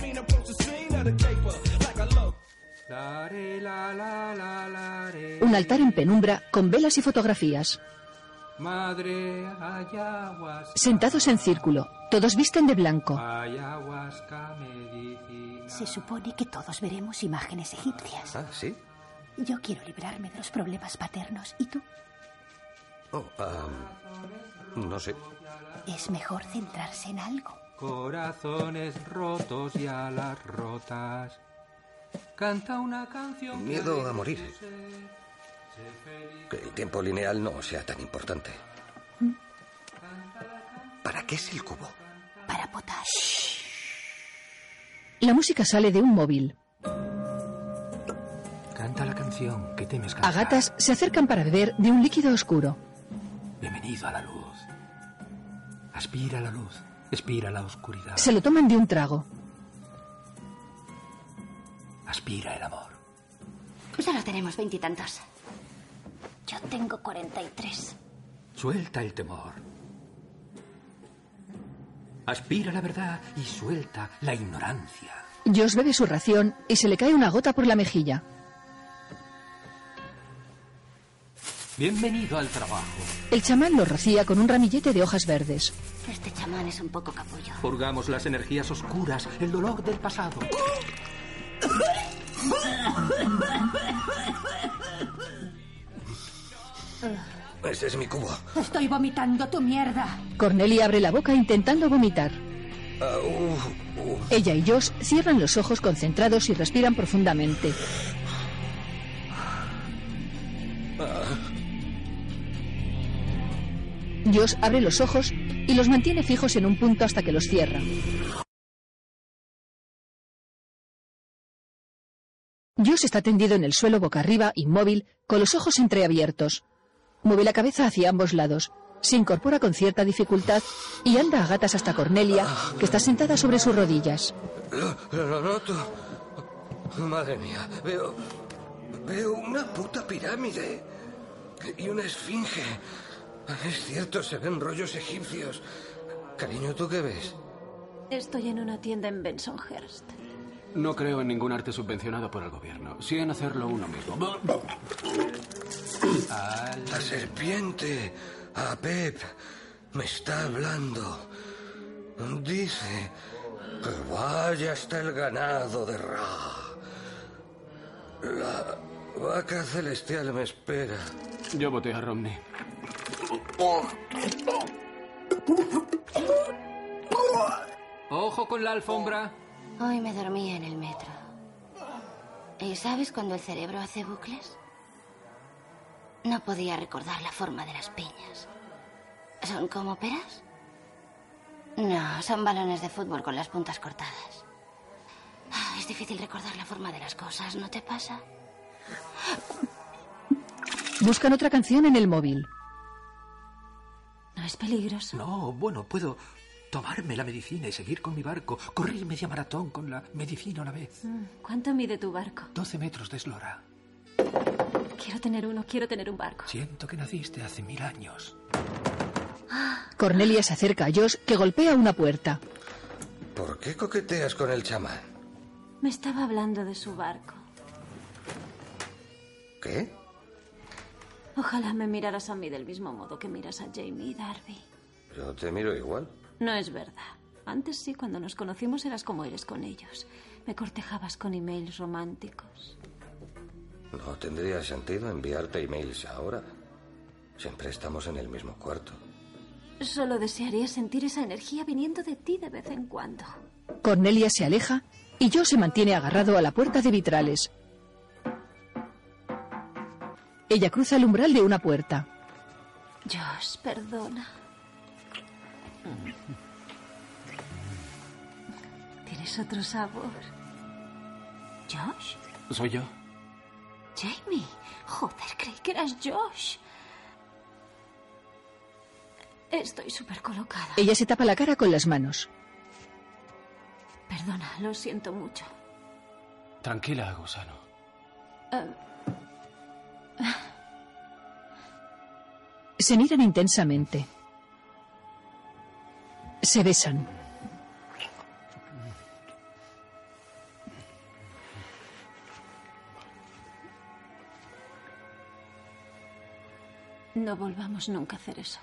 Un altar en penumbra con velas y fotografías. Madre ayahuasca. Sentados en círculo, todos visten de blanco. Ayahuasca medicina. Se supone que todos veremos imágenes egipcias. Ah, sí. Yo quiero librarme de los problemas paternos. ¿Y tú? Oh, ah, no sé. Es mejor centrarse en algo. Corazones rotos y a las rotas. Canta una canción. que Miedo a morir. reduce. Sé feliz. Que el tiempo lineal no sea tan importante. ¿Para qué es el cubo? Para potash. La música sale de un móvil. Canta la canción que temes cantar. Agatas se acercan para beber de un líquido oscuro. Bienvenido a la luz. Aspira la luz. Expira la oscuridad. Se lo toman de un trago. Aspira el amor. Solo Pues tenemos veintitantos. Yo tengo 43. Suelta el temor. Aspira la verdad y suelta la ignorancia. Josh bebe su ración y se le cae una gota por la mejilla. Bienvenido al trabajo. El chamán lo rocía con un ramillete de hojas verdes. Este chamán es un poco capullo. Purgamos las energías oscuras, el dolor del pasado. Ese Este es mi cubo. Estoy vomitando tu mierda. Cornelia abre la boca intentando vomitar. Ah, uf, uf. Ella y Josh cierran los ojos concentrados y respiran profundamente. Ah, Josh abre los ojos y los mantiene fijos en un punto hasta que los cierra. Josh está tendido en el suelo boca arriba, inmóvil, con los ojos entreabiertos. Mueve la cabeza hacia ambos lados, se incorpora con cierta dificultad y anda a gatas hasta Cornelia, que está sentada sobre sus rodillas. lo, lo- lo noto. Madre mía, veo. Veo una puta pirámide. Y una esfinge. Es cierto, se ven rollos egipcios. Cariño, ¿tú qué ves? Estoy en una tienda en Bensonhurst. No creo en ningún arte subvencionado por el gobierno. Sí en hacerlo uno mismo. La serpiente, a Pep, me está hablando. Dice que vaya hasta el ganado de Ra. La vaca celestial me espera. Yo voté a Romney. Ojo con la alfombra. Hoy me dormía en el metro. ¿Y sabes cuando el cerebro hace bucles? No podía recordar la forma de las piñas. ¿Son como peras? No, son balones de fútbol con las puntas cortadas. Ah, Es difícil recordar la forma de las cosas, ¿no te pasa? Buscan otra canción en el móvil. No es peligroso. No, bueno, puedo tomarme la medicina y seguir con mi barco. Corrí media maratón con la medicina una vez. Mm. ¿Cuánto mide tu barco? 12 metros de eslora. Quiero tener uno, quiero tener un barco. Siento que naciste hace mil años. Cornelia se acerca a Josh, que golpea una puerta. ¿Por qué coqueteas con el chamán? Me estaba hablando de su barco. ¿Qué? Ojalá me miraras a mí del mismo modo que miras a Jamie y Darby. Yo te miro igual. No es verdad. Antes sí, cuando nos conocimos eras como eres con ellos. Me cortejabas con emails románticos. No tendría sentido enviarte emails ahora. Siempre estamos en el mismo cuarto. Solo desearía sentir esa energía viniendo de ti de vez en cuando. Cornelia se aleja y Joe se mantiene agarrado a la puerta de vitrales. Ella cruza el umbral de una puerta. Dios, perdona. Tienes otro sabor. ¿Josh? Soy yo. Jamie. Joder, creí que eras Josh. Estoy súper colocada. Ella se tapa la cara con las manos. Perdona, lo siento mucho. Tranquila, gusano. Eh, Se miran intensamente. Se besan. no volvamos nunca a hacer eso.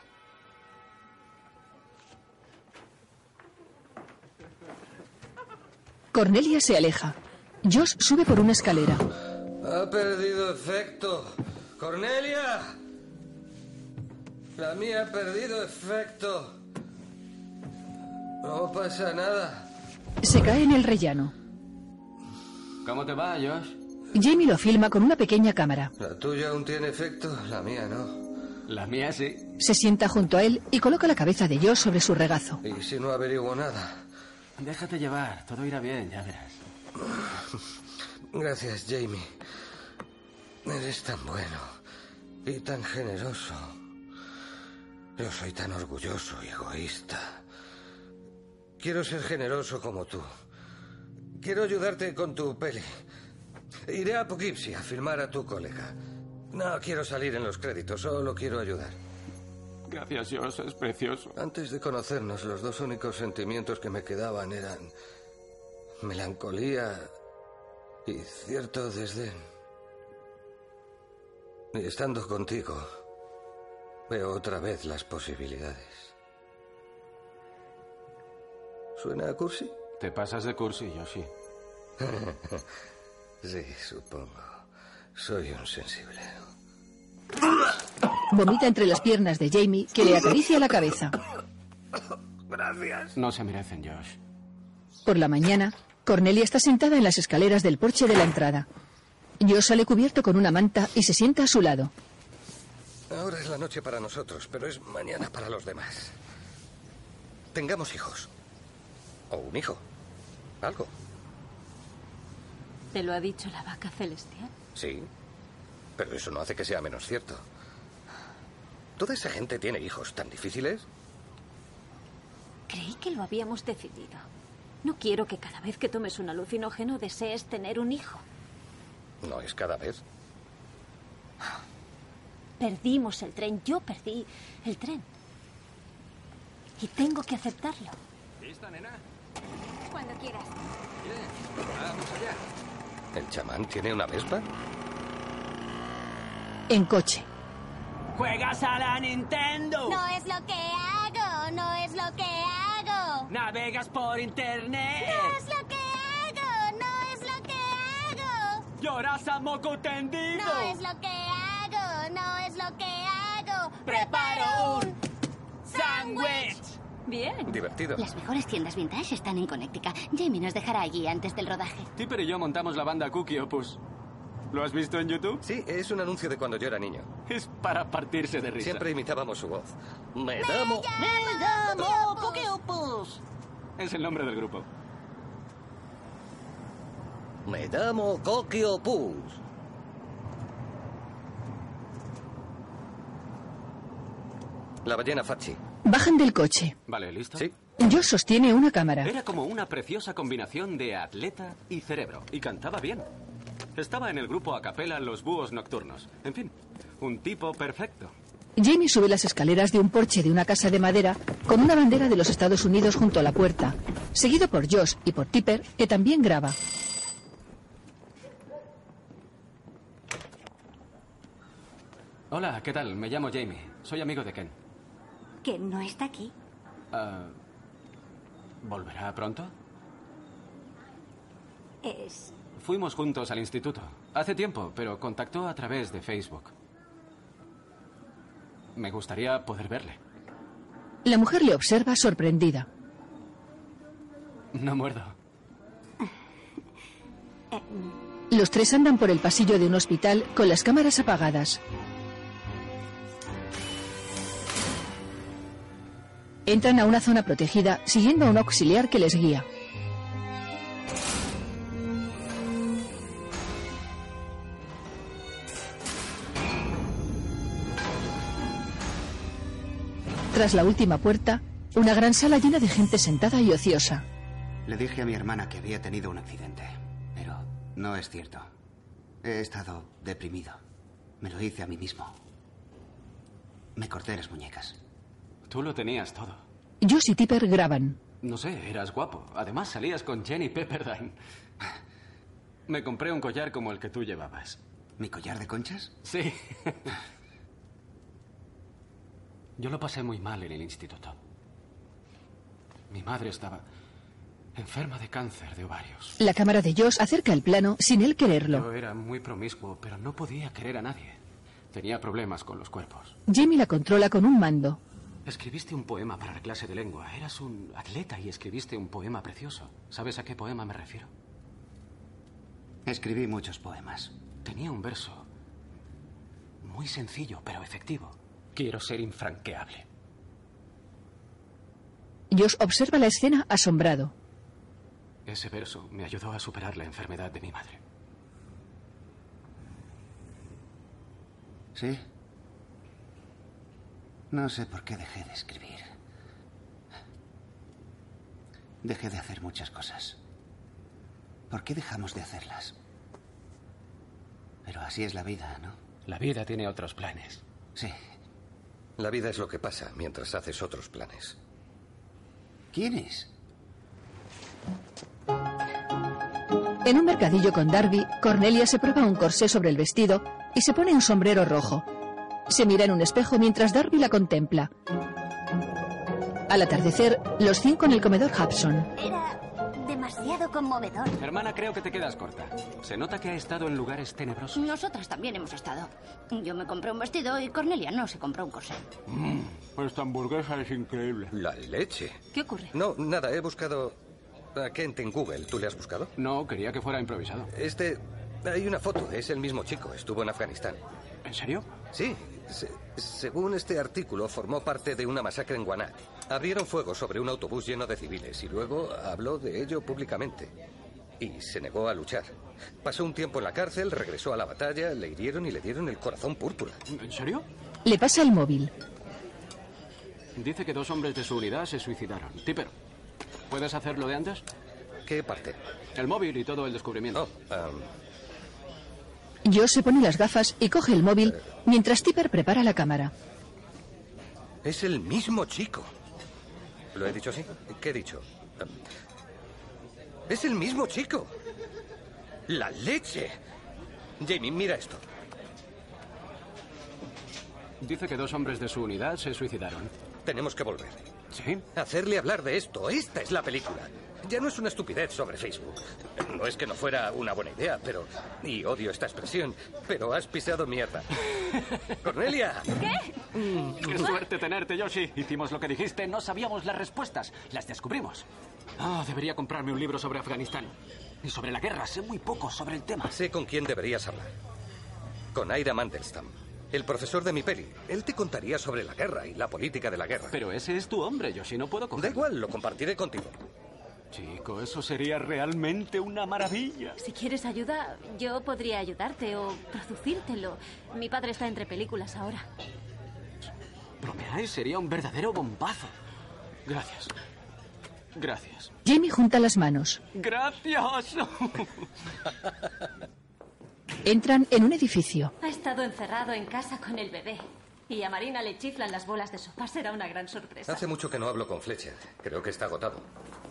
Cornelia se aleja. Josh sube por una escalera. Ha perdido efecto. ¡Cornelia! La mía ha perdido efecto. No pasa nada. Se cae en el rellano. ¿Cómo te va, Josh? Jamie lo filma con una pequeña cámara. La tuya aún tiene efecto, la mía no. La mía sí. Se sienta junto a él y coloca la cabeza de Josh sobre su regazo. Y si no averiguo nada. Déjate llevar, todo irá bien, ya verás. Gracias, Jamie. Eres tan bueno y tan generoso. Yo soy tan orgulloso y egoísta. Quiero ser generoso como tú. Quiero ayudarte con tu peli. Iré a Poughkeepsie a firmar a tu colega. No quiero salir en los créditos, solo quiero ayudar. Gracias, Josh, es precioso. Antes de conocernos, los dos únicos sentimientos que me quedaban eran melancolía y cierto desdén. Y estando contigo, veo otra vez las posibilidades. ¿Suena a cursi? Te pasas de cursi, Yoshi. sí, supongo. Soy un sensible. Vomita entre las piernas de Jamie, que le acaricia la cabeza. Gracias. No se merecen, Josh. Por la mañana, Cornelia está sentada en las escaleras del porche de la entrada. Josh sale cubierto con una manta y se sienta a su lado. Ahora es la noche para nosotros, pero es mañana para los demás. Tengamos hijos. O un hijo. Algo. ¿Te lo ha dicho la vaca celestial? Sí. Pero eso no hace que sea menos cierto. ¿Toda esa gente tiene hijos tan difíciles? Creí que lo habíamos decidido. No quiero que cada vez que tomes un alucinógeno desees tener un hijo. No es cada vez. Perdimos el tren, yo perdí el tren. Y tengo que aceptarlo. ¿Lista, nena? Cuando quieras. Ah, Vamos allá. ¿El chamán tiene una vespa? En coche. ¿Juegas a la Nintendo? No es lo que hago, no es lo que hago. ¿Navegas por internet? No es lo que hago, no es lo que hago. ¿Lloras a moco tendido? No es lo que hago, no es lo que hago. ¡Preparo un sándwich! Bien. Divertido. Las mejores tiendas vintage están en Connecticut. Jamie nos dejará allí antes del rodaje. Tipper y yo montamos la banda Cookie Opus. ¿Lo has visto en YouTube? Sí, es un anuncio de cuando yo era niño. Es para partirse de risa. Siempre imitábamos su voz. Me damo. ¡Me llamo Cookie Opus! Es el nombre del grupo. Me damo Cookie Opus. La ballena Fachi. Bajan del coche. Vale, ¿listo? Sí. Josh sostiene una cámara. Era como una preciosa combinación de atleta y cerebro. Y cantaba bien. Estaba en el grupo a capela Los Búhos Nocturnos. En fin, un tipo perfecto. Jamie sube las escaleras de un porche de una casa de madera con una bandera de los Estados Unidos junto a la puerta, seguido por Josh y por Tipper, que también graba. Hola, ¿qué tal? Me llamo Jamie. Soy amigo de Ken. Que no está aquí. Ah, ¿Volverá pronto? Es. Fuimos juntos al instituto. Hace tiempo, pero contactó a través de Facebook. Me gustaría poder verle. La mujer le observa sorprendida. No muerdo. Los tres andan por el pasillo de un hospital con las cámaras apagadas. Entran a una zona protegida siguiendo a un auxiliar que les guía. Tras la última puerta, una gran sala llena de gente sentada y ociosa. Le dije a mi hermana que había tenido un accidente, pero no es cierto. He estado deprimido. Me lo hice a mí mismo. Me corté las muñecas. Tú lo tenías todo. Josh y Tipper graban. No sé, eras guapo. Además salías con Jenny Pepperdine. Me compré un collar como el que tú llevabas. ¿Mi collar de conchas? Sí. Yo lo pasé muy mal en el instituto. Mi madre estaba enferma de cáncer de ovarios. La cámara de Josh acerca el plano sin él quererlo. Yo era muy promiscuo, pero no podía querer a nadie. Tenía problemas con los cuerpos. Jimmy la controla con un mando. Escribiste un poema para la clase de lengua. Eras un atleta y escribiste un poema precioso. ¿Sabes a qué poema me refiero? Escribí muchos poemas. Tenía un verso muy sencillo, pero efectivo. Quiero ser infranqueable. Josh observa la escena asombrado. Ese verso me ayudó a superar la enfermedad de mi madre. ¿Sí? No sé por qué dejé de escribir. Dejé de hacer muchas cosas. ¿Por qué dejamos de hacerlas? Pero así es la vida, ¿no? La vida tiene otros planes. Sí. La vida es lo que pasa mientras haces otros planes. ¿Quién es? En un mercadillo con Darby, Cornelia se prueba un corsé sobre el vestido y se pone un sombrero rojo. Se mira en un espejo mientras Darby la contempla. Al atardecer, los cinco en el comedor Hudson. Era demasiado conmovedor. Hermana, creo que te quedas corta. Se nota que ha estado en lugares tenebrosos. Nosotras también hemos estado. Yo me compré un vestido y Cornelia no se compró un corsé. esta hamburguesa es increíble. La leche. ¿Qué ocurre? No, nada, he buscado a Kent en Google. ¿Tú le has buscado? No, quería que fuera improvisado. Este... Hay una foto, es el mismo chico, estuvo en Afganistán. ¿En serio? Sí. se- según este artículo, formó parte de una masacre en Guaná. Abrieron fuego sobre un autobús lleno de civiles y luego habló de ello públicamente. Y se negó a luchar. Pasó un tiempo en la cárcel, regresó a la batalla, le hirieron y le dieron el corazón púrpura. ¿En serio? Le pasa el móvil. Dice que dos hombres de su unidad se suicidaron. Tipper, ¿puedes hacerlo de antes? ¿Qué parte? Oh, um. El móvil y todo el descubrimiento. Josh se pone las gafas y coge el móvil mientras Tipper prepara la cámara. Es el mismo chico. ¿Lo he dicho así? ¿Qué he dicho? Um, Es el mismo chico. La leche. Jamie, mira esto. Dice que dos hombres de su unidad se suicidaron. Tenemos que volver. ¿Sí? Hacerle hablar de esto. Esta es la película. Ya no es una estupidez sobre Facebook. No es que no fuera una buena idea, pero... Y odio esta expresión, pero has pisado mierda. Cornelia. Qué suerte tenerte, Yoshi. Hicimos lo que dijiste, no sabíamos las respuestas, las descubrimos. Ah, debería comprarme un libro sobre Afganistán. Y sobre la guerra, sé muy poco sobre el tema. Sé con quién deberías hablar. Con Aira Mandelstam, el profesor de mi peli. Él te contaría sobre la guerra y la política de la guerra. Pero ese es tu hombre, Yoshi, no puedo Da igual, lo compartiré contigo. Chico, eso sería realmente una maravilla. Si quieres ayuda, yo podría ayudarte o producírtelo. Mi padre está entre películas ahora. Bromeáis, sería un verdadero bombazo. Gracias. Gracias. Jamie junta las manos. Gracias. Entran en un edificio. Ha estado encerrado en casa con el bebé. Y a Marina le chiflan las bolas de sopa. Será una gran sorpresa. Hace mucho que no hablo con Fletcher. Creo que está agotado.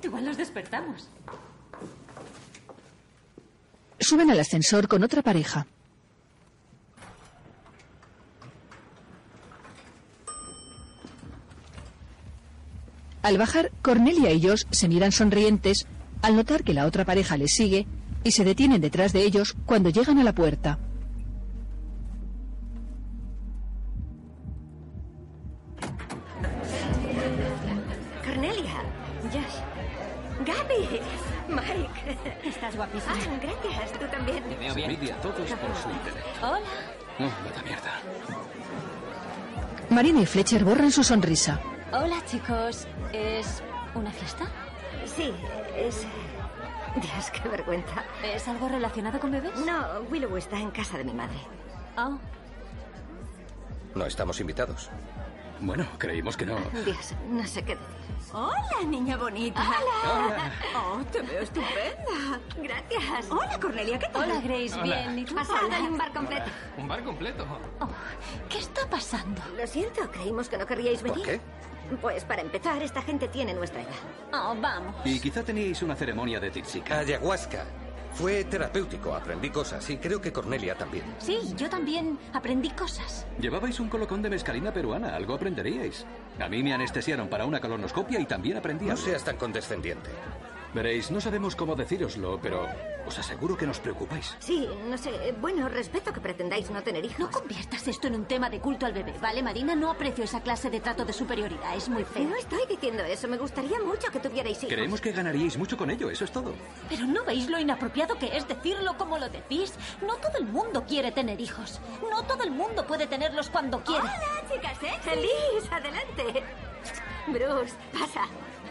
Igual los despertamos. Suben al ascensor con otra pareja. Al bajar, Cornelia y Josh se miran sonrientes al notar que la otra pareja les sigue y se detienen detrás de ellos cuando llegan a la puerta. Cornelia, Josh, Gaby, Mike. Estás guapísima. Ah, gracias, tú también. Se envidia a todos por su intelecto. Hola. Ah, vaya mierda. Marina y Fletcher borran su sonrisa. Hola, chicos. ¿Es una fiesta? Sí, es... Dios, qué vergüenza. ¿Es algo relacionado con bebés? No, Willow está en casa de mi madre. Oh, No estamos invitados. Bueno, creímos que no. Dios, no sé qué decir. Hola, niña bonita. Hola. Oh, te veo estupenda. Gracias. Hola, Cornelia, ¿qué tal? Hola, Grace, Hola. bien, ¿y tú? Pasada Hola. en un bar completo. Un bar completo. ¿Qué está pasando? Lo siento, creímos que no querríais venir. Pues para empezar, esta gente tiene nuestra edad. Oh, vamos. Y quizá teníais una ceremonia de tzitziki. Ayahuasca. Fue terapéutico, aprendí cosas y creo que Cornelia también. Sí, yo también aprendí cosas. Llevabais un colocón de mezcalina peruana, algo aprenderíais. A mí me anestesiaron para una colonoscopia y también aprendí. No seas tan condescendiente. Veréis, no sabemos cómo decíroslo, pero os aseguro que nos preocupáis. Sí, no sé. Bueno, respeto que pretendáis no tener hijos. No conviertas esto en un tema de culto al bebé, ¿vale, Marina? No aprecio esa clase de trato de superioridad. Es muy feo. No estoy diciendo eso. Me gustaría mucho que tuvierais hijos. Creemos que ganaríais mucho con ello, eso es todo. Pero ¿no veis lo inapropiado que es decirlo como lo decís? No todo el mundo quiere tener hijos. No todo el mundo puede tenerlos cuando quiere. Hola, chicas, ¿eh? Feliz, adelante. Bruce, pasa.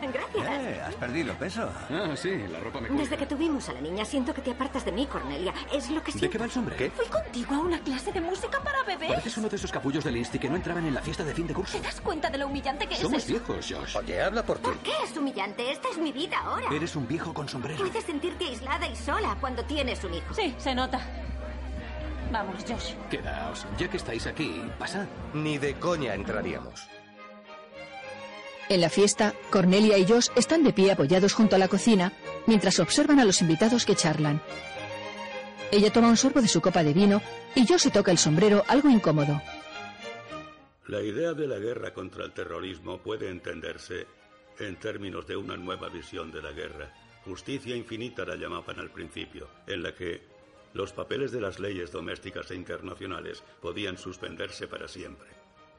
Gracias. Eh, ¿Has perdido peso? Ah, sí, la ropa me Desde cubre. que tuvimos a la niña, siento que te apartas de mí, Cornelia. Es lo que siento. ¿De qué va el sombrero? Fui contigo a una clase de música para bebés. Pareces uno de esos capullos del Insti que no entraban en la fiesta de fin de curso. ¿Te das cuenta de lo humillante que Somos es eso? viejos, Josh. Oye, habla por ti. ¿Qué es humillante? Esta es mi vida ahora. Eres un viejo con sombrero. Puedes sentirte aislada y sola cuando tienes un hijo. Sí, se nota. Vamos, Josh. Quedaos, ya que estáis aquí, pasad. Ni de coña entraríamos. En la fiesta, Cornelia y Josh están de pie apoyados junto a la cocina mientras observan a los invitados que charlan. Ella toma un sorbo de su copa de vino y Josh se toca el sombrero algo incómodo. La idea de la guerra contra el terrorismo puede entenderse en términos de una nueva visión de la guerra. Justicia infinita la llamaban al principio, en la que los papeles de las leyes domésticas e internacionales podían suspenderse para siempre.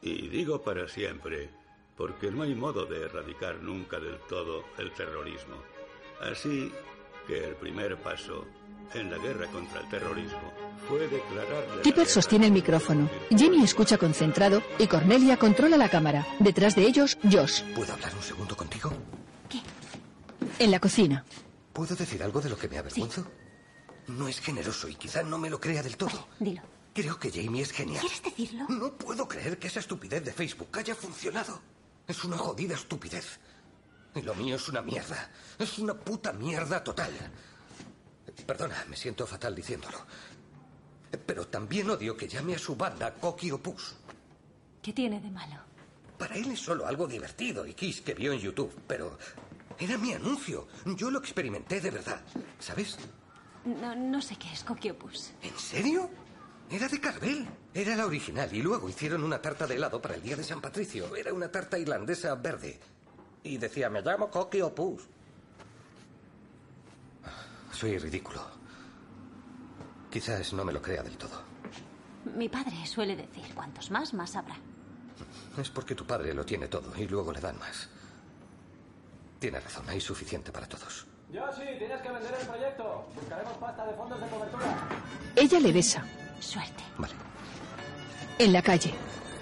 Y digo para siempre porque no hay modo de erradicar nunca del todo el terrorismo. Así que el primer paso en la guerra contra el terrorismo fue declarar la Tipper sostiene el micrófono. Jimmy escucha concentrado y Cornelia controla la cámara. Detrás de ellos, Josh. ¿Puedo hablar un segundo contigo? En la cocina. ¿Puedo decir algo de lo que me avergüenzo? No es generoso y quizá no me lo crea del todo. dilo. Creo que Jamie es genial. ¿Quieres decirlo? No puedo creer que esa estupidez de Facebook haya funcionado. Es una jodida estupidez. Y lo mío es una mierda. Es una puta mierda total. Perdona, me siento fatal diciéndolo. Pero también odio que llame a su banda Coqui Opus. ¿Qué tiene de malo? Para él es solo algo divertido y Kiss que vio en YouTube, pero era mi anuncio. Yo lo experimenté de verdad. ¿Sabes? No, no sé qué es Coquiopus. ¿En serio? Era de Carvel. Era la original y luego hicieron una tarta de helado para el día de San Patricio. Era una tarta irlandesa verde. Y decía, me llamo Coqui Opus. Ah, Soy ridículo. Quizás no me lo crea del todo. Mi padre suele decir, cuantos más, más habrá. Es porque tu padre lo tiene todo y luego le dan más. Tiene razón, hay suficiente para todos. Yoshi, tienes que vender el proyecto. Buscaremos pasta de fondos de cobertura. Ella le besa. Suerte. En la calle.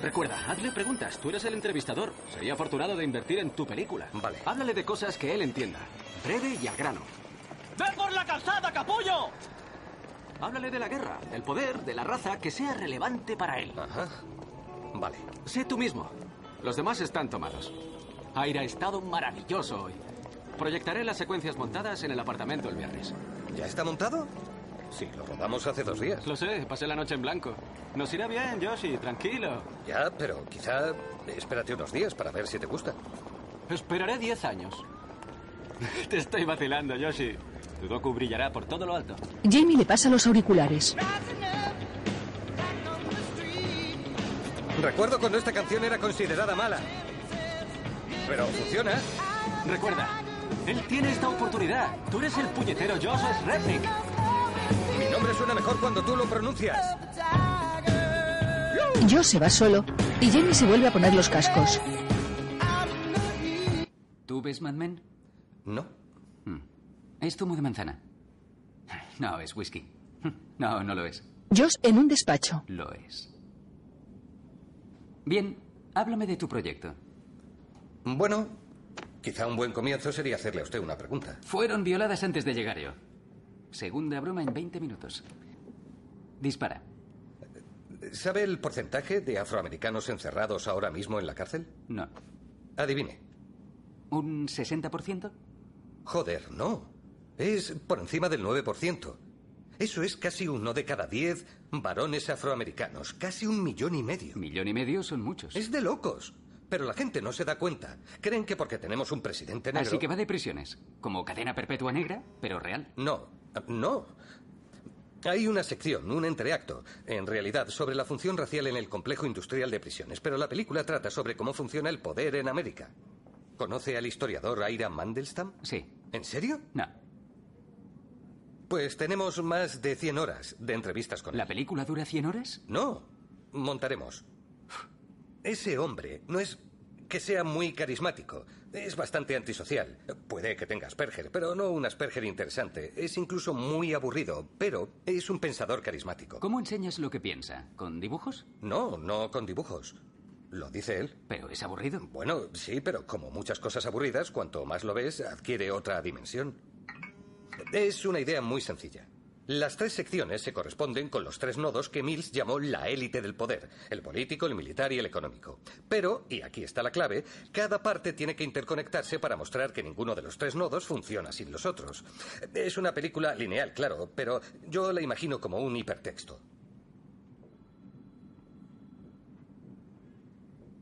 Recuerda, hazle preguntas. Tú eres el entrevistador. Sería afortunado de invertir en tu película. Vale. Háblale de cosas que él entienda. Breve y al grano. ¡Ve por la calzada, capullo! Háblale de la guerra, del poder, de la raza, que sea relevante para él. Ajá. Vale. Sé tú mismo. Los demás están tomados. Aira ha estado maravilloso hoy. Proyectaré las secuencias montadas en el apartamento el viernes. ¿Ya está montado? Sí, lo rodamos hace dos días. Lo sé, pasé la noche en blanco. Nos irá bien, Yoshi, tranquilo. Ya, pero quizá espérate unos días para ver si te gusta. Esperaré 10 años. Te estoy vacilando, Yoshi. Tu docu brillará por todo lo alto. Jamie le pasa los auriculares. Recuerdo cuando esta canción era considerada mala. Pero funciona. Recuerda, él tiene esta oportunidad. Tú eres el puñetero Josh Rednick. Mi nombre suena mejor cuando tú lo pronuncias. Josh se va solo y Jamie se vuelve a poner los cascos. ¿Tú ves Mad Men? Hmm. No. Es zumo de manzana. No, es whisky. No, no lo es. Josh en un despacho. Lo es. Bien, háblame de tu proyecto. Bueno, quizá un buen comienzo sería hacerle a usted una pregunta. Fueron violadas antes de llegar yo. Segunda broma en 20 minutos. Dispara. ¿Sabe el porcentaje de afroamericanos encerrados ahora mismo en la cárcel? No. Adivine. ¿Un 60%? Joder, no. Es por encima del 9%. Eso es casi uno de cada diez varones afroamericanos. Casi un millón y medio. Millón y medio son muchos. Es de locos. Pero la gente no se da cuenta. Creen que porque tenemos un presidente negro... Así que va de prisiones. Como cadena perpetua negra, pero real. No, no. Hay una sección, un entreacto, en realidad, sobre la función racial en el complejo industrial de prisiones, pero la película trata sobre cómo funciona el poder en América. ¿Conoce al historiador Aira Mandelstam? Sí. ¿En serio? No. Pues tenemos más de 100 horas de entrevistas con él. ¿La película dura 100 horas? No, montaremos. Ese hombre no es que sea muy carismático. Es bastante antisocial. Puede que tenga Asperger, pero no un Asperger interesante. Es incluso muy aburrido, pero es un pensador carismático. ¿Cómo enseñas lo que piensa? ¿Con dibujos? No, no con dibujos. Lo dice él. Pero es aburrido. Bueno, sí, pero como muchas cosas aburridas, cuanto más lo ves, adquiere otra dimensión. Es una idea muy sencilla. Las tres secciones se corresponden con los tres nodos que Mills llamó la élite del poder, el político, el militar y el económico. Pero, y aquí está la clave, cada parte tiene que interconectarse para mostrar que ninguno de los tres nodos funciona sin los otros. Es una película lineal, claro, pero yo la imagino como un hipertexto.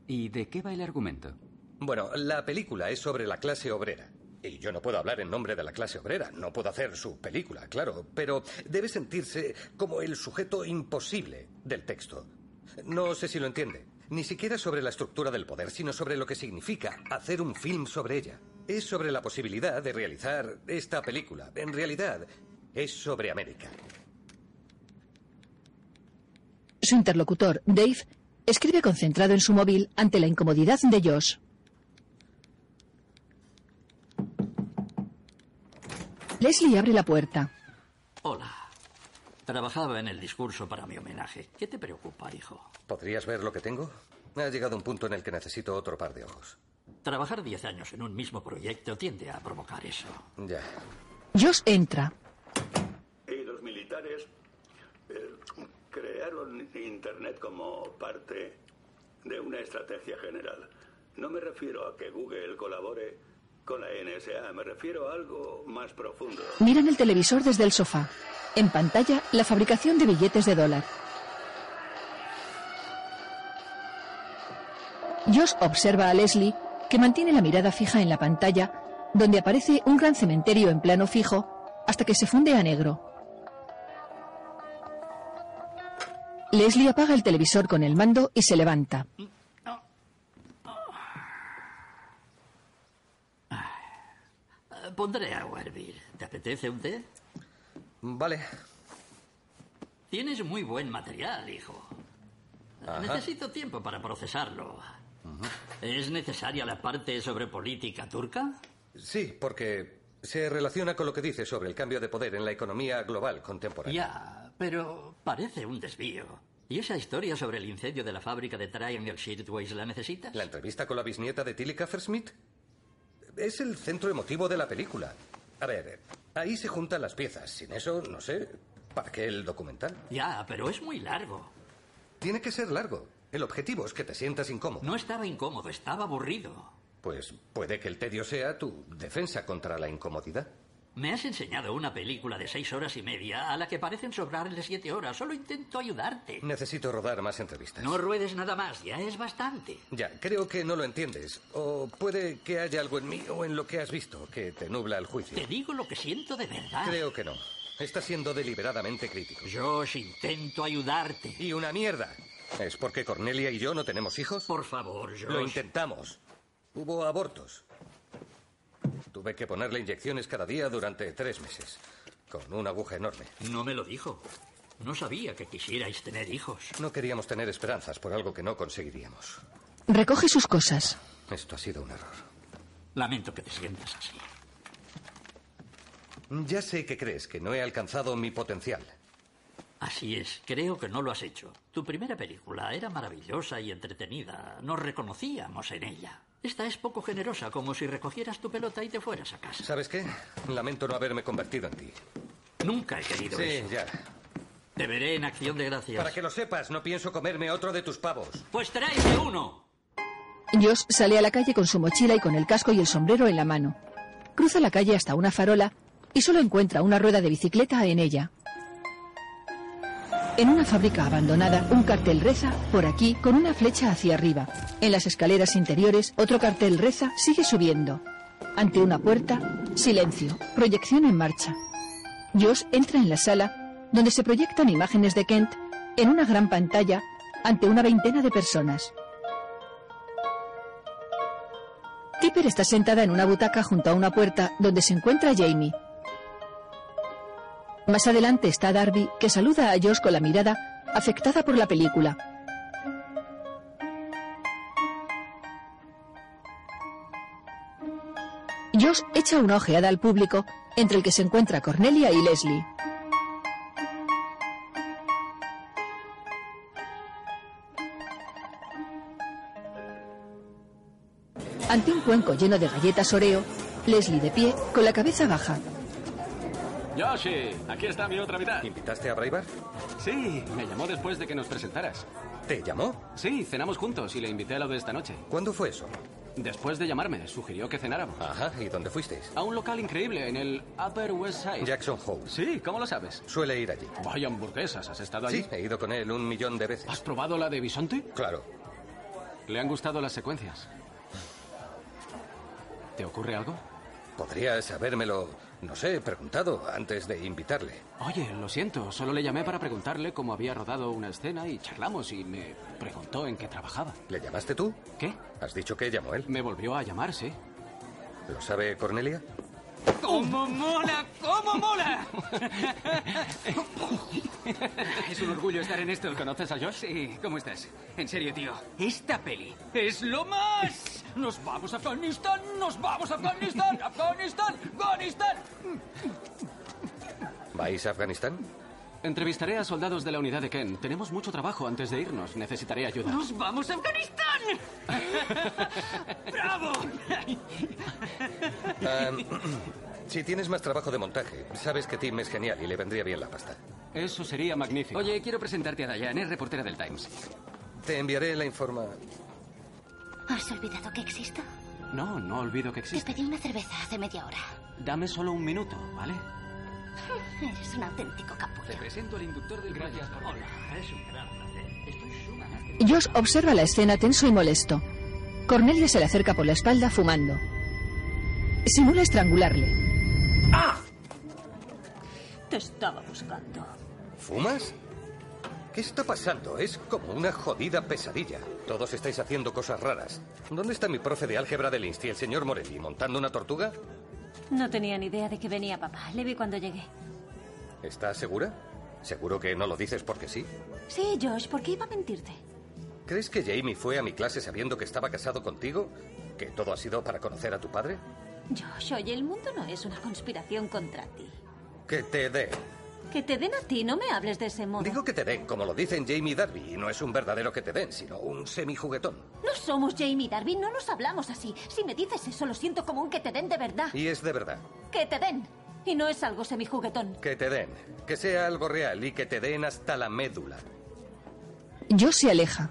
¿Y de qué va el argumento? Bueno, la película es sobre la clase obrera. Y yo no puedo hablar en nombre de la clase obrera, no puedo hacer su película, claro, pero debe sentirse como el sujeto imposible del texto. No sé si lo entiende, ni siquiera sobre la estructura del poder, sino sobre lo que significa hacer un film sobre ella. Es sobre la posibilidad de realizar esta película. En realidad, es sobre América. Su interlocutor, Dave, escribe concentrado en su móvil ante la incomodidad de Josh. Leslie abre la puerta. Hola. Trabajaba en el discurso para mi homenaje. ¿Qué te preocupa, hijo? ¿Podrías ver lo que tengo? Ha llegado un punto en el que necesito otro par de ojos. Trabajar 10 años en un mismo proyecto tiende a provocar eso. Ya. Josh entra. Y los militares eh, crearon Internet como parte de una estrategia general. No me refiero a que Google colabore con la NSA, me refiero a algo más profundo. Miran el televisor desde el sofá. En pantalla, la fabricación de billetes de dólar. Josh observa a Leslie, que mantiene la mirada fija en la pantalla, donde aparece un gran cementerio en plano fijo, hasta que se funde a negro. Leslie apaga el televisor con el mando y se levanta. Eh, Pondré agua a hervir. ¿Te apetece un té? Vale. Tienes muy buen material, hijo. Ajá. Necesito tiempo para procesarlo. ¿Es necesaria la parte sobre política turca? Sí, porque se relaciona con lo que dice sobre el cambio de poder en la economía global contemporánea. Ya, pero parece un desvío. ¿Y esa historia sobre el incendio de la fábrica de Triangle Shirtwaist la necesitas? La entrevista con la bisnieta de Tilly Caffersmith es el centro emotivo de la película. A ver, eh, ahí se juntan las piezas. Sin eso, no sé, ¿para qué el documental? Ya, pero es muy largo. Tiene que ser largo. El objetivo es que te sientas incómodo. No estaba incómodo, estaba aburrido. Pues puede que el tedio sea tu defensa contra la incomodidad. Me has enseñado una película de seis horas y media a la que parecen sobrarle siete horas. Solo intento ayudarte. Necesito rodar más entrevistas. No ruedes nada más, ya es bastante. Ya, creo que no lo entiendes. O puede que haya algo en mí o en lo que has visto que te nubla el juicio. Te digo lo que siento de verdad. Creo que no. Está siendo deliberadamente crítico. Yo os intento ayudarte. Y una mierda. ¿Es porque Cornelia y yo no tenemos hijos? Por favor, Josh. Lo intentamos. Hubo abortos. Tuve que ponerle inyecciones cada día durante tres meses, con una aguja enorme. No me lo dijo. No sabía que quisierais tener hijos. No queríamos tener esperanzas por algo que no conseguiríamos. Recoge sus cosas. Esto ha sido un error. Lamento que te sientas así. Ya sé que crees que no he alcanzado mi potencial. Así es, creo que no lo has hecho. Tu primera película era maravillosa y entretenida. Nos reconocíamos en ella. Esta es poco generosa, como si recogieras tu pelota y te fueras a casa. ¿Sabes qué? Lamento no haberme convertido en ti. Nunca he querido sí, eso. ya. Te veré en acción de gracias. Para que lo sepas, no pienso comerme otro de tus pavos. Pues tráeme uno. Josh sale a la calle con su mochila y con el casco y el sombrero en la mano. Cruza la calle hasta una farola y solo encuentra una rueda de bicicleta en ella. En una fábrica abandonada, un cartel reza por aquí con una flecha hacia arriba. En las escaleras interiores, otro cartel reza sigue subiendo. Ante una puerta, silencio, proyección en marcha. Josh entra en la sala, donde se proyectan imágenes de Kent en una gran pantalla ante una veintena de personas. Tipper está sentada en una butaca junto a una puerta donde se encuentra Jamie. Más adelante está Darby, que saluda a Josh con la mirada, afectada por la película. Josh echa una ojeada al público, entre el que se encuentra Cornelia y Leslie. Ante un cuenco lleno de galletas Oreo, Leslie de pie, con la cabeza baja. Yoshi, aquí está mi otra mitad. ¿Invitaste a Braibar? Sí, me llamó después de que nos presentaras. ¿Te llamó? Sí, cenamos juntos y le invité a lo de esta noche. ¿Cuándo fue eso? Después de llamarme, sugirió que cenáramos. Ajá, ¿y dónde fuisteis? A un local increíble en el Upper West Side. Jackson Hole. Sí, ¿cómo lo sabes? Suele ir allí. Vaya hamburguesas, ¿has estado allí? Sí, he ido con él un millón de veces. ¿Has probado la de bisonte? Claro. ¿Le han gustado las secuencias? ¿Te ocurre algo? Podrías habérmelo, no sé, preguntado antes de invitarle. Oye, lo siento, solo le llamé para preguntarle cómo había rodado una escena y charlamos y me preguntó en qué trabajaba. ¿Le llamaste tú? ¿Qué? ¿Has dicho que llamó él? Me volvió a llamar, sí. ¿Lo sabe Cornelia? ¡Cómo mola! ¡Cómo mola! Es un orgullo estar en esto. ¿Conoces a Josh? Sí, ¿cómo estás? En serio, tío. Esta peli es lo más. Nos vamos a Afganistán, nos vamos a Afganistán, Afganistán, Afganistán. ¿Vais a Afganistán? Entrevistaré a soldados de la unidad de Ken. Tenemos mucho trabajo antes de irnos. Necesitaré ayuda. Nos vamos a Afganistán. ¡Bravo! Ah, si tienes más trabajo de montaje, sabes que Tim es genial y le vendría bien la pasta. Eso sería magnífico. Oye, quiero presentarte a Dayan, es reportera del Times. Te enviaré la informa. ¿Has olvidado que existo? No, no olvido que Te existe. pedí una cerveza hace media hora. Dame solo un minuto, ¿vale? Eres un auténtico capullo. Te presento al inductor del Gracias. Hola, es un gran placer. Estoy sumamente... Josh observa la escena tenso y molesto. Cornelia se le acerca por la espalda fumando. Simula estrangularle. Te estaba buscando. ¿Fumas? ¿Qué está pasando? Es como una jodida pesadilla. Todos estáis haciendo cosas raras. ¿Dónde está mi profe de álgebra del INSTI, el señor Morelli, montando una tortuga? No tenía ni idea de que venía papá. Le vi cuando llegué. ¿Estás segura? ¿Seguro que no lo dices porque sí? Sí, Josh, ¿por qué iba a mentirte? ¿Crees que Jamie fue a mi clase sabiendo que estaba casado contigo? ¿Que todo ha sido para conocer a tu padre? Josh, oye, el mundo no es una conspiración contra ti. Que te dé. Que te den a ti, no me hables de ese modo. Digo que te den, como lo dicen Jamie y Darby, y no es un verdadero que te den, sino un semijuguetón. No somos Jamie y Darby, no nos hablamos así. Si me dices eso, lo siento como un que te den de verdad. Y es de verdad. Que te den. Y no es algo semijuguetón. Que te den. Que sea algo real y que te den hasta la médula. Josh se aleja.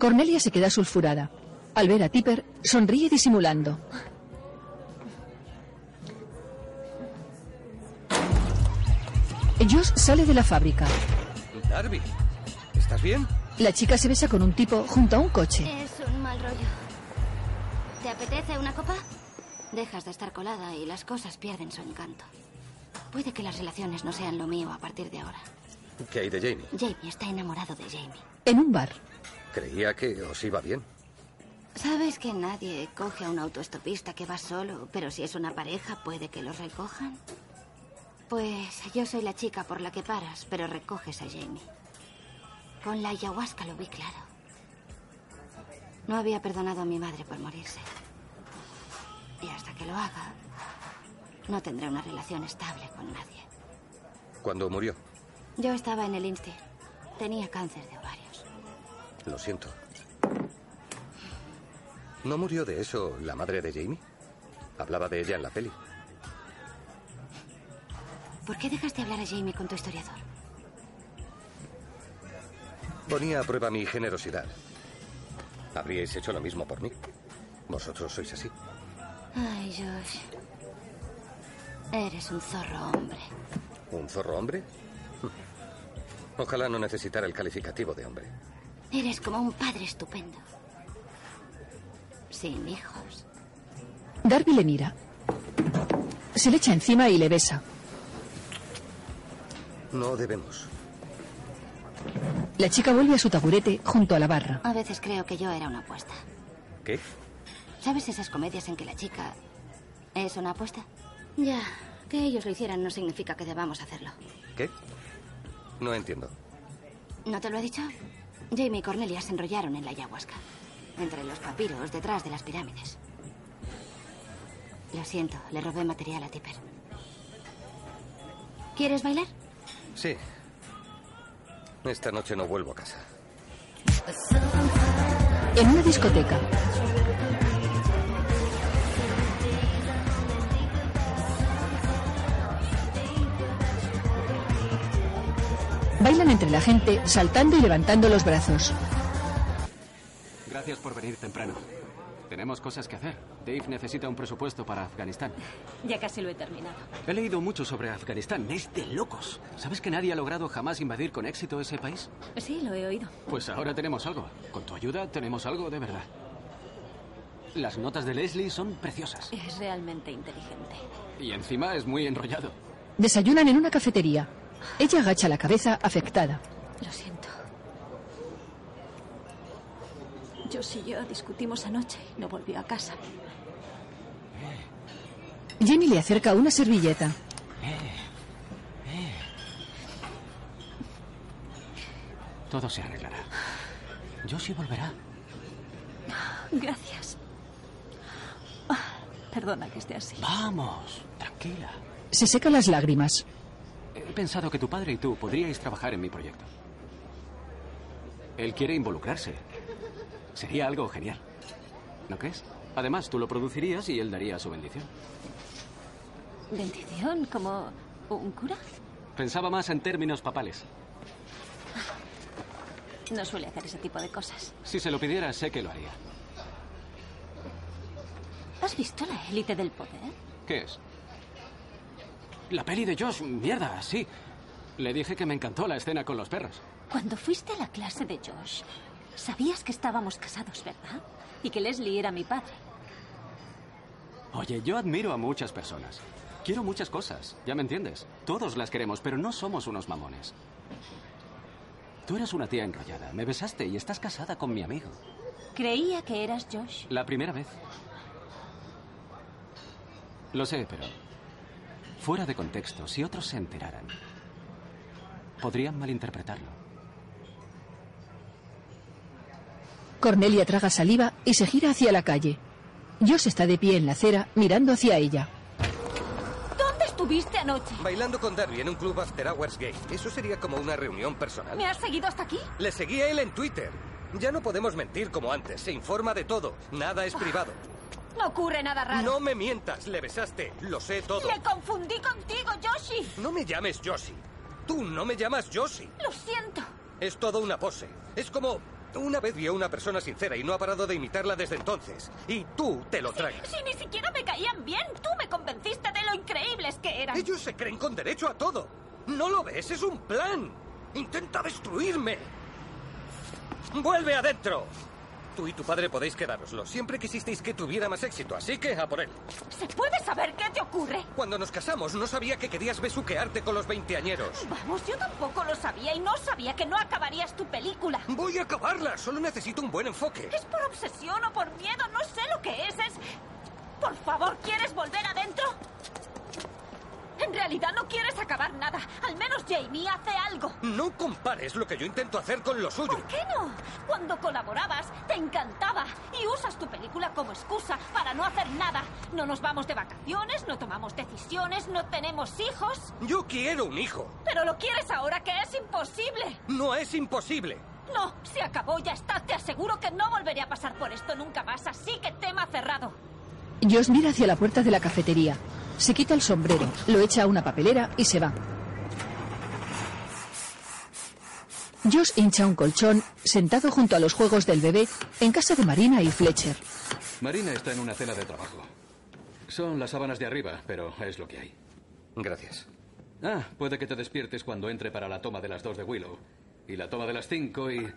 Cornelia se queda sulfurada. Al ver a Tipper, sonríe disimulando. Josh sale de la fábrica. Darby, ¿estás bien? La chica se besa con un tipo junto a un coche. Es un mal rollo. ¿Te apetece una copa? Dejas de estar colada y las cosas pierden su encanto. Puede que las relaciones no sean lo mío a partir de ahora. ¿Qué hay de Jamie? Jamie está enamorado de Jamie. En un bar. Creía que os iba bien. Sabes que nadie coge a un autoestopista que va solo, pero si es una pareja puede que los recojan. Pues yo soy la chica por la que paras, pero recoges a Jamie. Con la ayahuasca lo vi claro. No había perdonado a mi madre por morirse. Y hasta que lo haga, no tendré una relación estable con nadie. Cuando murió. Yo estaba en el INSTI. Tenía cáncer de ovario. Lo siento. ¿No murió de eso la madre de Jamie? Hablaba de ella en la peli. ¿Por qué dejaste hablar a Jamie con tu historiador? Ponía a prueba mi generosidad. Habríais hecho lo mismo por mí. Vosotros sois así. Ay, Josh. Eres un zorro hombre. ¿Un zorro hombre? Ojalá no necesitara el calificativo de hombre. Eres como un padre estupendo. Sin hijos. Darby le mira. Se le echa encima y le besa. No debemos. La chica vuelve a su taburete junto a la barra. A veces creo que yo era una apuesta. ¿Qué? ¿Sabes esas comedias en que la chica es una apuesta? Ya, que ellos lo hicieran no significa que debamos hacerlo. ¿Qué? No entiendo. ¿No te lo he dicho? Jamie y Cornelia se enrollaron en la ayahuasca. Entre los papiros, detrás de las pirámides. Lo siento, le robé material a Tipper. ¿Quieres bailar? Sí. Esta noche no vuelvo a casa. En una discoteca. Bailan entre la gente, saltando y levantando los brazos. Gracias por venir temprano. Tenemos cosas que hacer. Dave necesita un presupuesto para Afganistán. Ya casi lo he terminado. He leído mucho sobre Afganistán. Es de locos. ¿Sabes que nadie ha logrado jamás invadir con éxito ese país? Sí, lo he oído. Pues ahora tenemos algo. Con tu ayuda tenemos algo de verdad. Las notas de Leslie son preciosas. Es realmente inteligente. Y encima es muy enrollado. Desayunan en una cafetería. Ella agacha la cabeza afectada. Lo siento. Josh y yo discutimos anoche y no volvió a casa. Jenny le acerca una servilleta. Todo se arreglará. Josie volverá. Gracias. Ah, Perdona que esté así. Vamos, tranquila. Se seca las lágrimas. He pensado que tu padre y tú podríais trabajar en mi proyecto. Él quiere involucrarse. Sería algo genial. ¿No crees? Además, tú lo producirías y él daría su bendición. ¿Bendición? ¿Como un cura? Pensaba más en términos papales. No suele hacer ese tipo de cosas. Si se lo pidiera, sé que lo haría. ¿Has visto la élite del poder? ¿Qué es? La peli de Josh, mierda, sí. Le dije que me encantó la escena con los perros. Cuando fuiste a la clase de Josh, sabías que estábamos casados, ¿verdad? Y que Leslie era mi padre. Oye, yo admiro a muchas personas. Quiero muchas cosas, ya me entiendes. Todos las queremos, pero no somos unos mamones. Tú eras una tía enrollada, me besaste y estás casada con mi amigo. Creía que eras Josh. La primera vez. Lo sé, pero fuera de contexto, si otros se enteraran, podrían malinterpretarlo. Cornelia traga saliva y se gira hacia la calle. Josh está de pie en la acera mirando hacia ella. ¿Dónde estuviste anoche? Bailando con Darby en un club After Hours Gay. Eso sería como una reunión personal. ¿Me has seguido hasta aquí? Le seguía él en Twitter. Ya no podemos mentir como antes. Se informa de todo. Nada es privado. No ocurre nada Ah, raro. No me mientas, le besaste. Lo sé todo. Me confundí contigo, Yoshi. No me llames Josie. Tú no me llamas Josie. Lo siento. Es todo una pose. Es como una vez vio a una persona sincera y no ha parado de imitarla desde entonces. Y tú te lo tragas. Si ni siquiera me caían bien, tú me convenciste de lo increíbles que eran. Ellos se creen con derecho a todo. No lo ves, es un plan. Intenta destruirme. Vuelve adentro. Tú y tu padre podéis quedároslo. Siempre quisisteis que tuviera más éxito, así que a por él. ¿Se puede saber qué te ocurre? Cuando nos casamos, no sabía que querías besuquearte con los veinteañeros. Vamos, yo tampoco lo sabía y no sabía que no acabarías tu película. Voy a acabarla, solo necesito un buen enfoque. ¿Es por obsesión o por miedo? No sé lo que es. Es. Por favor, ¿quieres volver adentro? En realidad no quieres acabar nada. Al menos Jamie hace algo. No compares lo que yo intento hacer con lo suyo. ¿Por qué no? Cuando colaborabas, te encantaba y usas tu película como excusa para no hacer nada. No nos vamos de vacaciones, no tomamos decisiones, no tenemos hijos. Yo quiero un hijo. Pero lo quieres ahora que es imposible. No es imposible. No, se acabó, ya está. Te aseguro que no volveré a pasar por esto nunca más. Así que tema cerrado. Josh mira hacia la puerta de la cafetería. Se quita el sombrero, lo echa a una papelera y se va. Josh hincha un colchón sentado junto a los juegos del bebé en casa de Marina y Fletcher. Marina está en una cena de trabajo. Son las sábanas de arriba, pero es lo que hay. Gracias. Ah, puede que te despiertes cuando entre para la toma de las dos de Willow. Y la toma de las cinco y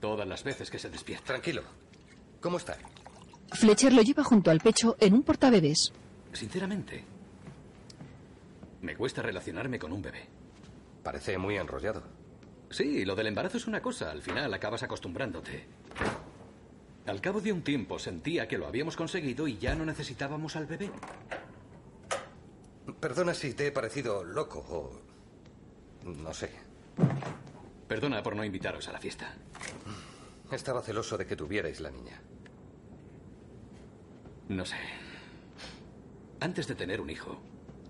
todas las veces que se despierta. Tranquilo. ¿Cómo está? Fletcher lo lleva junto al pecho en un portabebés. Sinceramente, me cuesta relacionarme con un bebé. Parece muy enrollado. Sí, lo del embarazo es una cosa. Al final acabas acostumbrándote. Al cabo de un tiempo sentía que lo habíamos conseguido y ya no necesitábamos al bebé. Perdona si te he parecido loco o... No sé. Perdona por no invitaros a la fiesta. Estaba celoso de que tuvierais la niña. No sé. Antes de tener un hijo,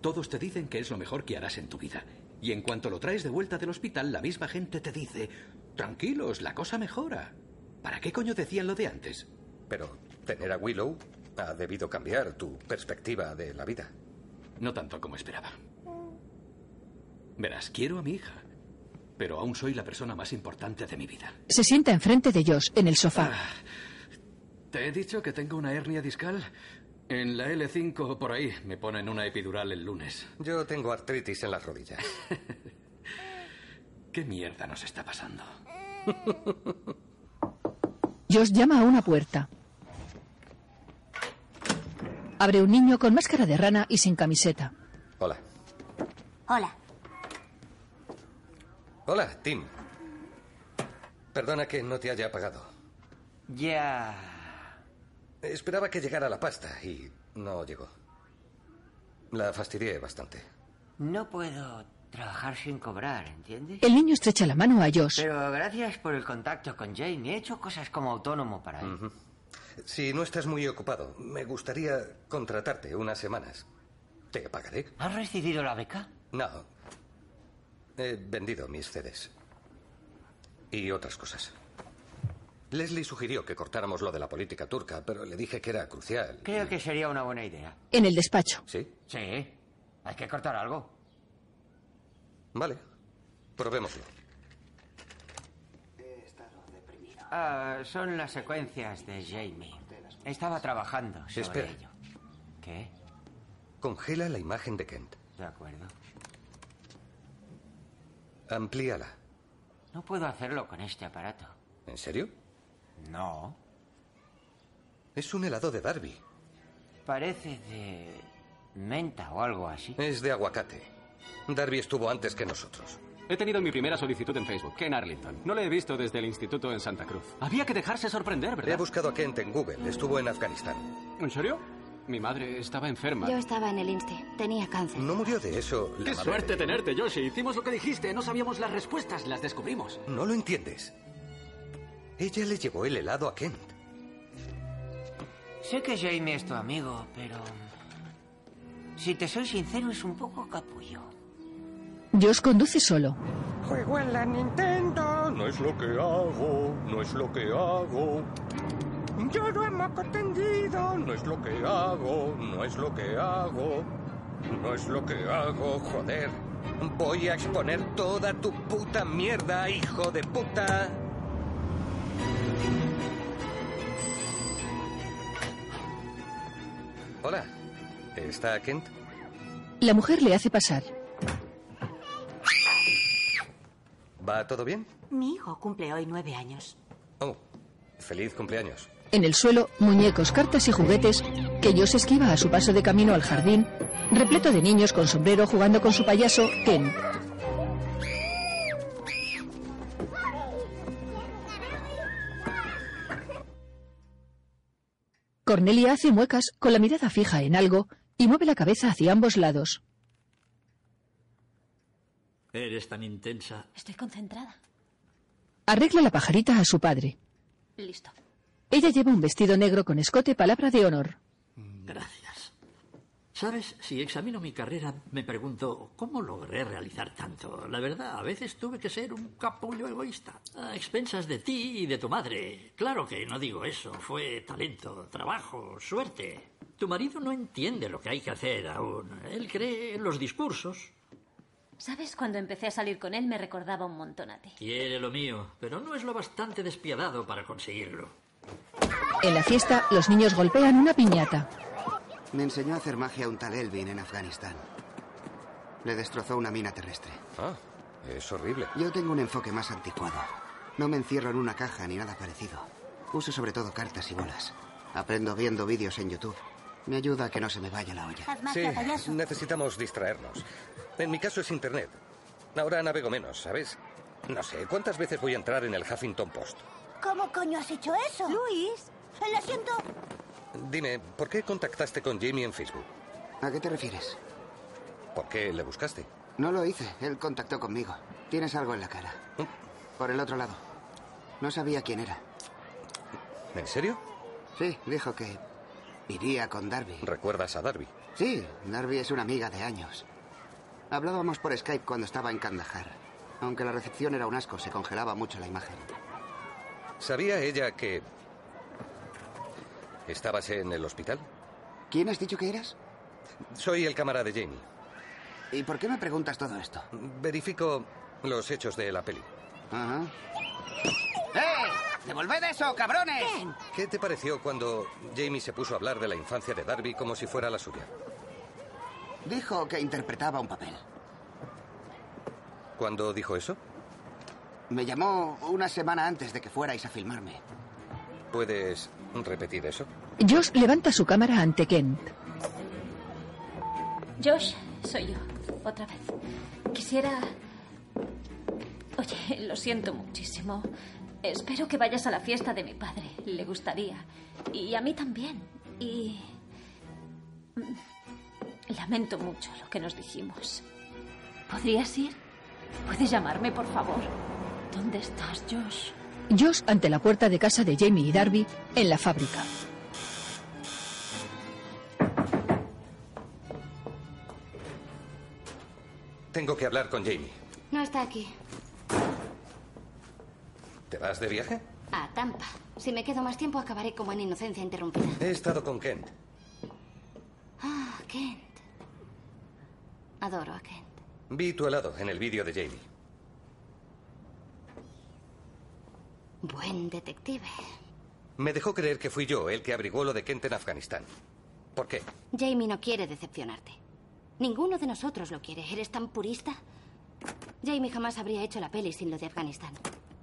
todos te dicen que es lo mejor que harás en tu vida. Y en cuanto lo traes de vuelta del hospital, la misma gente te dice, tranquilos, la cosa mejora. ¿Para qué coño decían lo de antes? Pero tener a Willow ha debido cambiar tu perspectiva de la vida. No tanto como esperaba. Verás, quiero a mi hija, pero aún soy la persona más importante de mi vida. Se sienta enfrente de Josh en el sofá. ¿Te he dicho que tengo una hernia discal? En la L5 o por ahí me ponen una epidural el lunes. Yo tengo artritis en las rodillas. ¿Qué mierda nos está pasando? Josh llama a una puerta. Abre un niño con máscara de rana y sin camiseta. Hola. Hola. Hola, Tim. Perdona que no te haya apagado. Ya. Esperaba que llegara la pasta y no llegó. La fastidié bastante. No puedo trabajar sin cobrar, ¿entiendes? El niño estrecha la mano a Josh. Pero gracias por el contacto con Jane. He hecho cosas como autónomo para él. Si no estás muy ocupado, me gustaría contratarte unas semanas. Te pagaré. ¿Has recibido la beca? No. He vendido mis CDs. Y otras cosas. Leslie sugirió que cortáramos lo de la política turca, pero le dije que era crucial. Creo que sería una buena idea. En el despacho. ¿Sí? Sí. Hay que cortar algo. Vale. Probémoslo. Ah, son las secuencias de Jamie. Estaba trabajando sobre Espera. Pues ello. ¿Qué? Congela la imagen de Kent. De acuerdo. Amplíala. No puedo hacerlo con este aparato. ¿En serio? No. Es un helado de Darby. Parece de menta o algo así. Es de aguacate. Darby estuvo antes que nosotros. He tenido mi primera solicitud en Facebook, Ken Arlington. No le he visto desde el instituto en Santa Cruz. ¿Ah, Había que dejarse sorprender, He ¿verdad? buscado a Kent en Google. Estuvo en Afganistán. ¿En serio? Mi madre estaba enferma. Yo estaba en el INSTE. Tenía cáncer. No murió de eso. la ¡Qué madre suerte de- tenerte, Yoshi! Hicimos lo que dijiste, no sabíamos las respuestas, las descubrimos. No lo entiendes. Ella le llevó el helado a Kent. Sé que Jamie es tu amigo, pero... Si te soy sincero, es un poco capullo. Josh conduce solo. Juego en la Nintendo. No es lo que hago, no es lo que hago. Yo duermo contendido, no es lo que hago, no es lo que hago. No es lo que hago, joder. Voy a exponer toda tu puta mierda, hijo de puta. Hola, ¿está Kent? La mujer le hace pasar. ¿Va todo bien? Mi hijo cumple hoy nueve años. Oh, feliz cumpleaños. En el suelo, muñecos, cartas y juguetes que Josh esquiva a su paso de camino al jardín, repleto de niños con sombrero jugando con su payaso, Ken. Cornelia hace muecas con la mirada fija en algo y mueve la cabeza hacia ambos lados. Eres tan intensa. Estoy concentrada. Arregla la pajarita a su padre. Listo. Ella lleva un vestido negro con escote palabra de honor. Gracias. Sabes, si examino mi carrera, me pregunto, ¿cómo logré realizar tanto? La verdad, a veces tuve que ser un capullo egoísta, a expensas de ti y de tu madre. Claro que no digo eso, fue talento, trabajo, suerte. Tu marido no entiende lo que hay que hacer aún. Él cree en los discursos. ¿Sabes? Cuando empecé a salir con él me recordaba un montón a ti. Quiere lo mío, pero no es lo bastante despiadado para conseguirlo. En la fiesta, los niños golpean una piñata. Me enseñó a hacer magia un tal Elvin en Afganistán. Le destrozó una mina terrestre. Ah, es horrible. Yo tengo un enfoque más anticuado. No me encierro en una caja ni nada parecido. Uso sobre todo cartas y bolas. Aprendo viendo vídeos en YouTube. Me ayuda a que no se me vaya la olla. Sí, necesitamos pues, distraernos. En mi caso es Internet. Ahora navego menos, ¿sabes? No sé, ¿cuántas veces voy a entrar en el Huffington Post? ¿Cómo coño has hecho eso? Luis, el asiento. Dime, ¿por qué contactaste con Jamie en Facebook? ¿A qué te refieres? ¿Por qué le buscaste? No lo hice. Él contactó conmigo. Tienes algo en la cara. ¿Eh? Por el otro lado. No sabía quién era. ¿En serio? Sí, dijo que iría con Darby. ¿Recuerdas a Darby? Sí, Darby es una amiga de años. Hablábamos por Skype cuando estaba en Kandahar. Aunque la recepción era un asco, se congelaba mucho la imagen. ¿Sabía ella que estabas en el hospital? ¿Quién has dicho que eras? Soy el cámara de Jamie. ¿Y por qué me preguntas todo esto? Verifico los hechos de la peli. Ajá. ¡Eh! ¡Devolved eso, cabrones! ¿Qué te pareció cuando Jamie se puso a hablar de la infancia de Darby como si fuera la suya? Dijo que interpretaba un papel. ¿Cuándo dijo eso? Me llamó una semana antes de que fuerais a filmarme. ¿Puedes repetir eso? Josh levanta su cámara ante Kent. Josh, soy yo. Otra vez. Quisiera... Oye, lo siento muchísimo. Espero que vayas a la fiesta de mi padre. Le gustaría. Y a mí también. Y... mm, Lamento mucho lo que nos dijimos. ¿Podrías ir? ¿Puedes llamarme, por favor? ¿Dónde estás, Josh? Josh ante la puerta de casa de Jamie y Darby en la fábrica. Tengo que hablar con Jamie. No está aquí. ¿Te vas de viaje? A Tampa. Si me quedo más tiempo acabaré como en inocencia interrumpida. He estado con Kent. Ah, Kent. Adoro a Kent. Vi tu helado en el vídeo de Jamie. Buen detective. Me dejó creer que fui yo el que abrigó lo de Kent en Afganistán. ¿Por qué? Jamie no quiere decepcionarte. Ninguno de nosotros lo quiere. ¿Eres tan purista? Jamie jamás habría hecho la peli sin lo de Afganistán.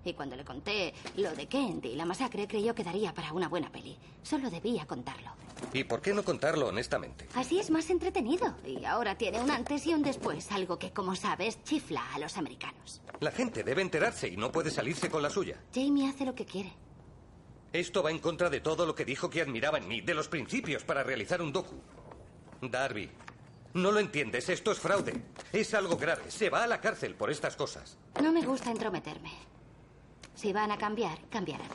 Y cuando le conté lo de Kent y la masacre, creyó que daría para una buena peli. Solo debía contarlo. ¿Y por qué no contarlo honestamente? Así es más entretenido. Y ahora tiene un antes y un después, algo que, como sabes, chifla a los americanos. La gente debe enterarse y no puede salirse con la suya. Jamie hace lo que quiere. Esto va en contra de todo lo que dijo que admiraba en mí, de los principios para realizar un docu. Darby, no lo entiendes, esto es fraude. Es algo grave. Se va a la cárcel por estas cosas. No me gusta entrometerme. Si van a cambiar, cambiarán.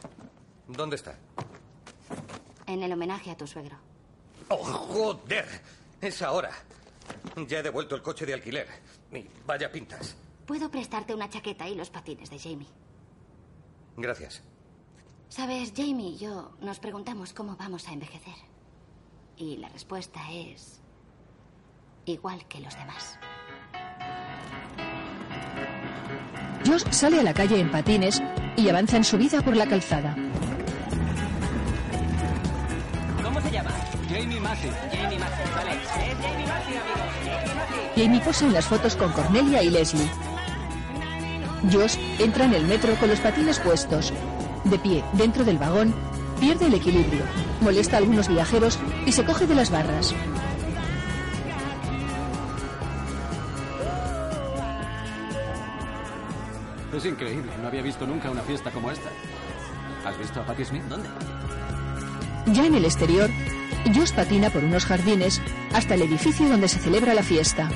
¿Dónde está? En el homenaje a tu suegro. ¡Oh, joder! Es ahora. Ya he devuelto el coche de alquiler. Y vaya pintas. Puedo prestarte una chaqueta y los patines de Jamie. Gracias. Sabes, Jamie y yo nos preguntamos cómo vamos a envejecer. Y la respuesta es igual que los demás. Josh sale a la calle en patines y avanza en su vida por la calzada. ¿Cómo se llama? Jamie Massey. Jamie Massey, vale. Es Jamie Massey, amigos. Jamie Massey. Jamie posa en las fotos con Cornelia y Leslie. Josh entra en el metro con los patines puestos. De pie, dentro del vagón, pierde el equilibrio, molesta a algunos viajeros y se coge de las barras. Es increíble, no había visto nunca una fiesta como esta. ¿Has visto a Patti Smith? ¿Dónde? Ya en el exterior, Josh patina por unos jardines hasta el edificio donde se celebra la fiesta.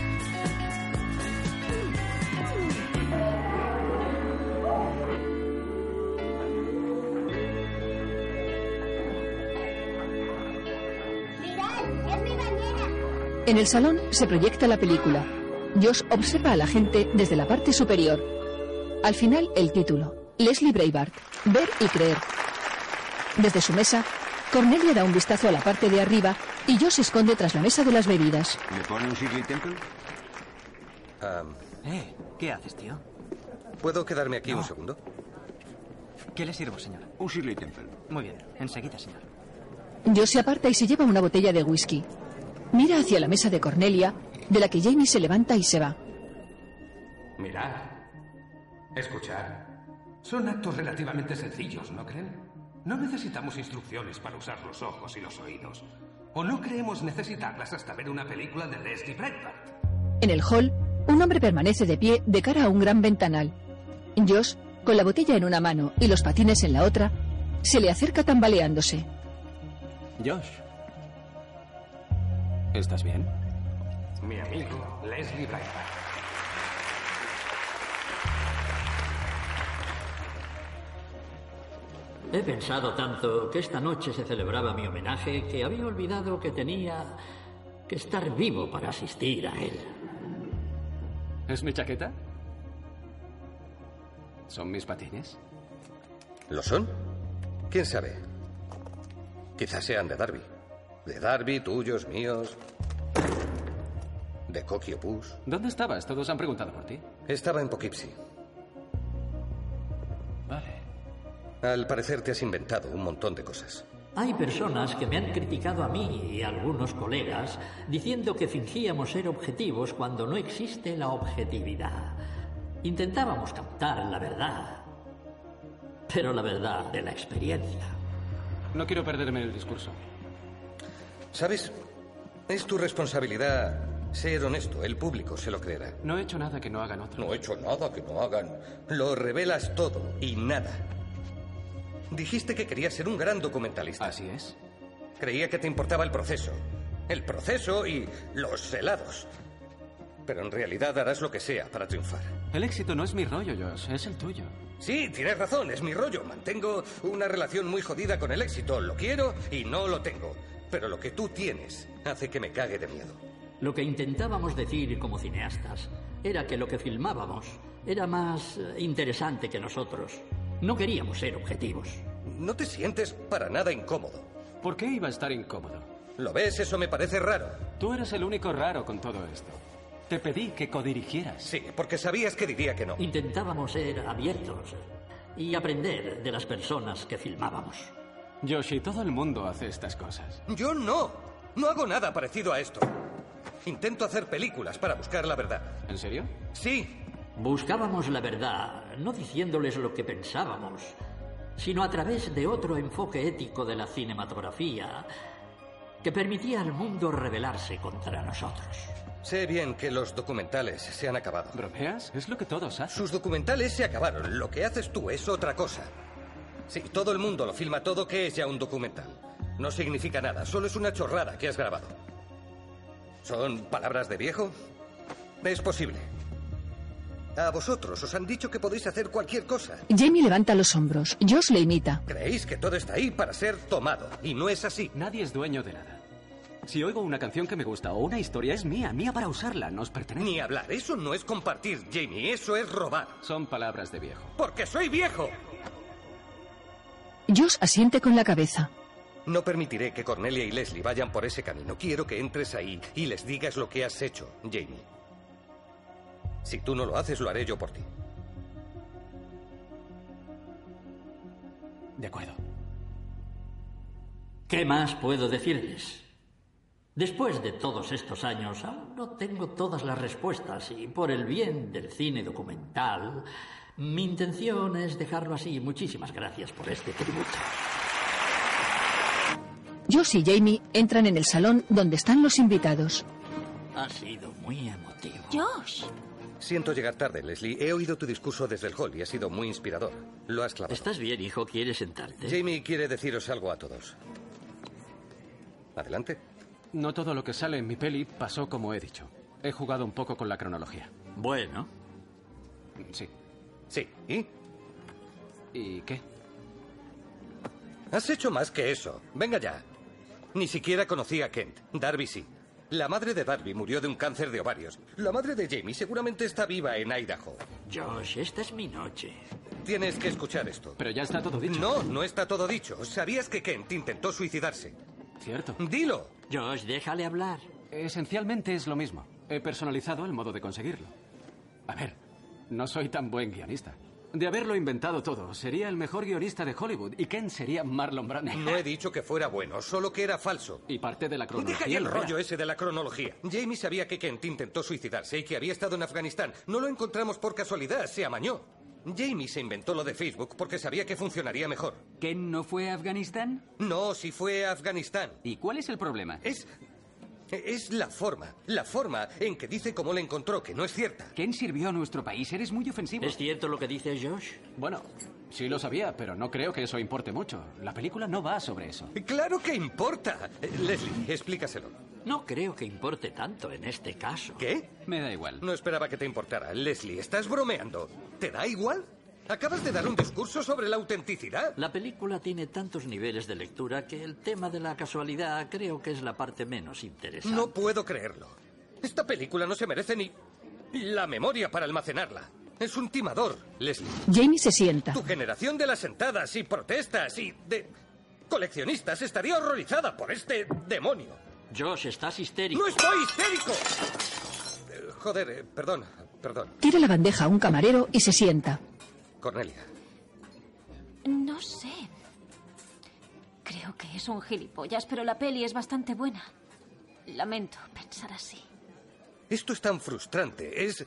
¡Mirad! ¡Es mi bañera! En el salón se proyecta la película. Josh observa a la gente desde la parte superior. Al final, el título. Leslie Breibart. Ver y creer. Desde su mesa, Cornelia da un vistazo a la parte de arriba y Josh se esconde tras la mesa de las bebidas. ¿Me pone un Shirley Temple? Eh, ¿qué haces, tío? ¿Puedo quedarme aquí un segundo? ¿Qué le sirvo, señor? Un Shirley Temple. Muy bien, enseguida, señor. Josh se aparta y se lleva una botella de whisky. Mira hacia la mesa de Cornelia, de la que Jamie se levanta y se va. Mirad. Escuchad. Son actos relativamente sencillos, ¿no creen? No necesitamos instrucciones para usar los ojos y los oídos. O no creemos necesitarlas hasta ver una película de Leslie Breitbart. En el hall, un hombre permanece de pie de cara a un gran ventanal. Josh, con la botella en una mano y los patines en la otra, se le acerca tambaleándose. Josh. ¿Estás bien? Mi amigo, Leslie Breitbart. He pensado tanto que esta noche se celebraba mi homenaje que había olvidado que tenía que estar vivo para asistir a él. ¿Es mi chaqueta? ¿Son mis patines? ¿Lo son? ¿Quién sabe? Quizás sean de Darby. De Darby, tuyos, míos. De Coqui Opus. ¿Dónde estabas? Todos han preguntado por ti. Estaba en Poughkeepsie. Vale. Al parecer te has inventado un montón de cosas. Hay personas que me han criticado a mí y a algunos colegas diciendo que fingíamos ser objetivos cuando no existe la objetividad. Intentábamos captar la verdad, pero la verdad de la experiencia. No quiero perderme el discurso. ¿Sabes? Es tu responsabilidad ser honesto. El público se lo creerá. No he hecho nada que no hagan otros. No he hecho nada que no hagan. Lo revelas todo y nada. Dijiste que querías ser un gran documentalista. Así es. Creía que te importaba el proceso. El proceso y los helados. Pero en realidad harás lo que sea para triunfar. El éxito no es mi rollo, Josh, es el tuyo. Sí, tienes razón, es mi rollo. Mantengo una relación muy jodida con el éxito. Lo quiero y no lo tengo. Pero lo que tú tienes hace que me cague de miedo. Lo que intentábamos decir como cineastas era que lo que filmábamos era más eh, interesante que nosotros. No queríamos ser objetivos. No te sientes para nada incómodo. ¿Por qué iba a estar incómodo? ¿Lo ves? Eso me parece raro. Tú eres el único raro con todo esto. Te pedí que codirigieras. Sí, porque sabías que diría que no. Intentábamos ser abiertos y aprender de las personas que filmábamos. Yoshi, todo el mundo hace estas cosas. Yo no. No hago nada parecido a esto. Intento hacer películas para buscar la verdad. ¿En serio? Sí. Buscábamos la verdad, no diciéndoles lo que pensábamos, sino a través de otro enfoque ético de la cinematografía que permitía al mundo rebelarse contra nosotros. Sé bien que los documentales se han acabado. ¿Bromeas? Es lo que todos hacen. Sus documentales se acabaron. Lo que haces tú es otra cosa. Si todo el mundo lo filma todo, ¿qué es ya un documental? No significa nada, solo es una chorrada que has grabado. ¿Son palabras de viejo? Es posible. A vosotros os han dicho que podéis hacer cualquier cosa. Jamie levanta los hombros. Josh le imita. Creéis que todo está ahí para ser tomado, y no es así. Nadie es dueño de nada. Si oigo una canción que me gusta o una historia, es mía, mía para usarla, nos pertenece. Ni hablar, eso no es compartir, Jamie, eso es robar. Son palabras de viejo. Porque soy viejo. Josh asiente con la cabeza. No permitiré que Cornelia y Leslie vayan por ese camino. Quiero que entres ahí y les digas lo que has hecho, Jamie. Si tú no lo haces, lo haré yo por ti. De acuerdo. ¿Qué más puedo decirles? Después de todos estos años, aún no tengo todas las respuestas y por el bien del cine documental, mi intención es dejarlo así. Muchísimas gracias por este tributo. Josh y Jamie entran en el salón donde están los invitados. Ha sido muy emotivo. Josh. Siento llegar tarde, Leslie. He oído tu discurso desde el hall y ha sido muy inspirador. Lo has clavado. ¿Estás bien, hijo? ¿Quieres sentarte? Jamie quiere deciros algo a todos. Adelante. No todo lo que sale en mi peli pasó como he dicho. He jugado un poco con la cronología. Bueno. Sí. Sí. ¿Y? ¿Y qué? Has hecho más que eso. Venga ya. Ni siquiera conocí a Kent. Darby sí. La madre de Darby murió de un cáncer de ovarios. La madre de Jamie seguramente está viva en Idaho. Josh, esta es mi noche. Tienes que escuchar esto. Pero ya está todo dicho. No, no está todo dicho. ¿Sabías que Kent intentó suicidarse? Cierto. Dilo. Josh, déjale hablar. Esencialmente es lo mismo. He personalizado el modo de conseguirlo. A ver, no soy tan buen guionista. De haberlo inventado todo, sería el mejor guionista de Hollywood y Ken sería Marlon Brando. No he dicho que fuera bueno, solo que era falso. Y parte de la cronología. Pues Deja ya el lo era. rollo ese de la cronología. Jamie sabía que Kent intentó suicidarse y que había estado en Afganistán. No lo encontramos por casualidad, se amañó. Jamie se inventó lo de Facebook porque sabía que funcionaría mejor. ¿Ken no fue a Afganistán? No, si fue a Afganistán. ¿Y cuál es el problema? Es. Es la forma, la forma en que dice cómo la encontró, que no es cierta. ¿Ken sirvió a nuestro país? Eres muy ofensivo. ¿Es cierto lo que dice Josh? Bueno, sí lo sabía, pero no creo que eso importe mucho. La película no va sobre eso. Claro que importa. Eh, Leslie, explícaselo. No creo que importe tanto en este caso. ¿Qué? Me da igual. No esperaba que te importara. Leslie, estás bromeando. ¿Te da igual? Acabas de dar un discurso sobre la autenticidad. La película tiene tantos niveles de lectura que el tema de la casualidad creo que es la parte menos interesante. No puedo creerlo. Esta película no se merece ni la memoria para almacenarla. Es un timador, Leslie. Jamie se sienta. Tu generación de las sentadas y protestas y de coleccionistas estaría horrorizada por este demonio. Josh, estás histérico. ¡No estoy histérico! Eh, Joder, eh, perdón, perdón. Tira la bandeja a un camarero y se sienta. Cornelia. No sé. Creo que es un gilipollas, pero la peli es bastante buena. Lamento pensar así. Esto es tan frustrante. Es.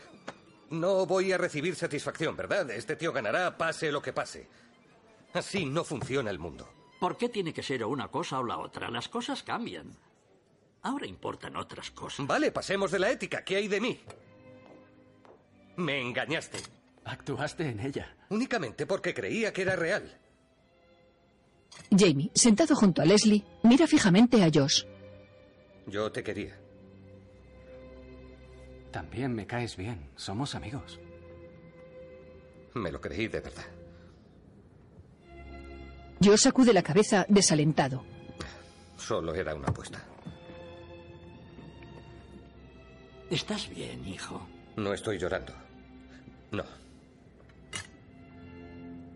No voy a recibir satisfacción, ¿verdad? Este tío ganará, pase lo que pase. Así no funciona el mundo. ¿Por qué tiene que ser o una cosa o la otra? Las cosas cambian. Ahora importan otras cosas. Vale, pasemos de la e- ética. ¿Qué hay de mí? Me engañaste. Actuaste en ella. Únicamente porque creía que era real. Jamie, sentado junto a Leslie, mira fijamente a Josh. Yo te quería. También me caes bien. Somos amigos. Me lo creí de verdad. Josh sacude la cabeza desalentado. Solo era una apuesta. ¿Estás bien, hijo? No estoy llorando. No.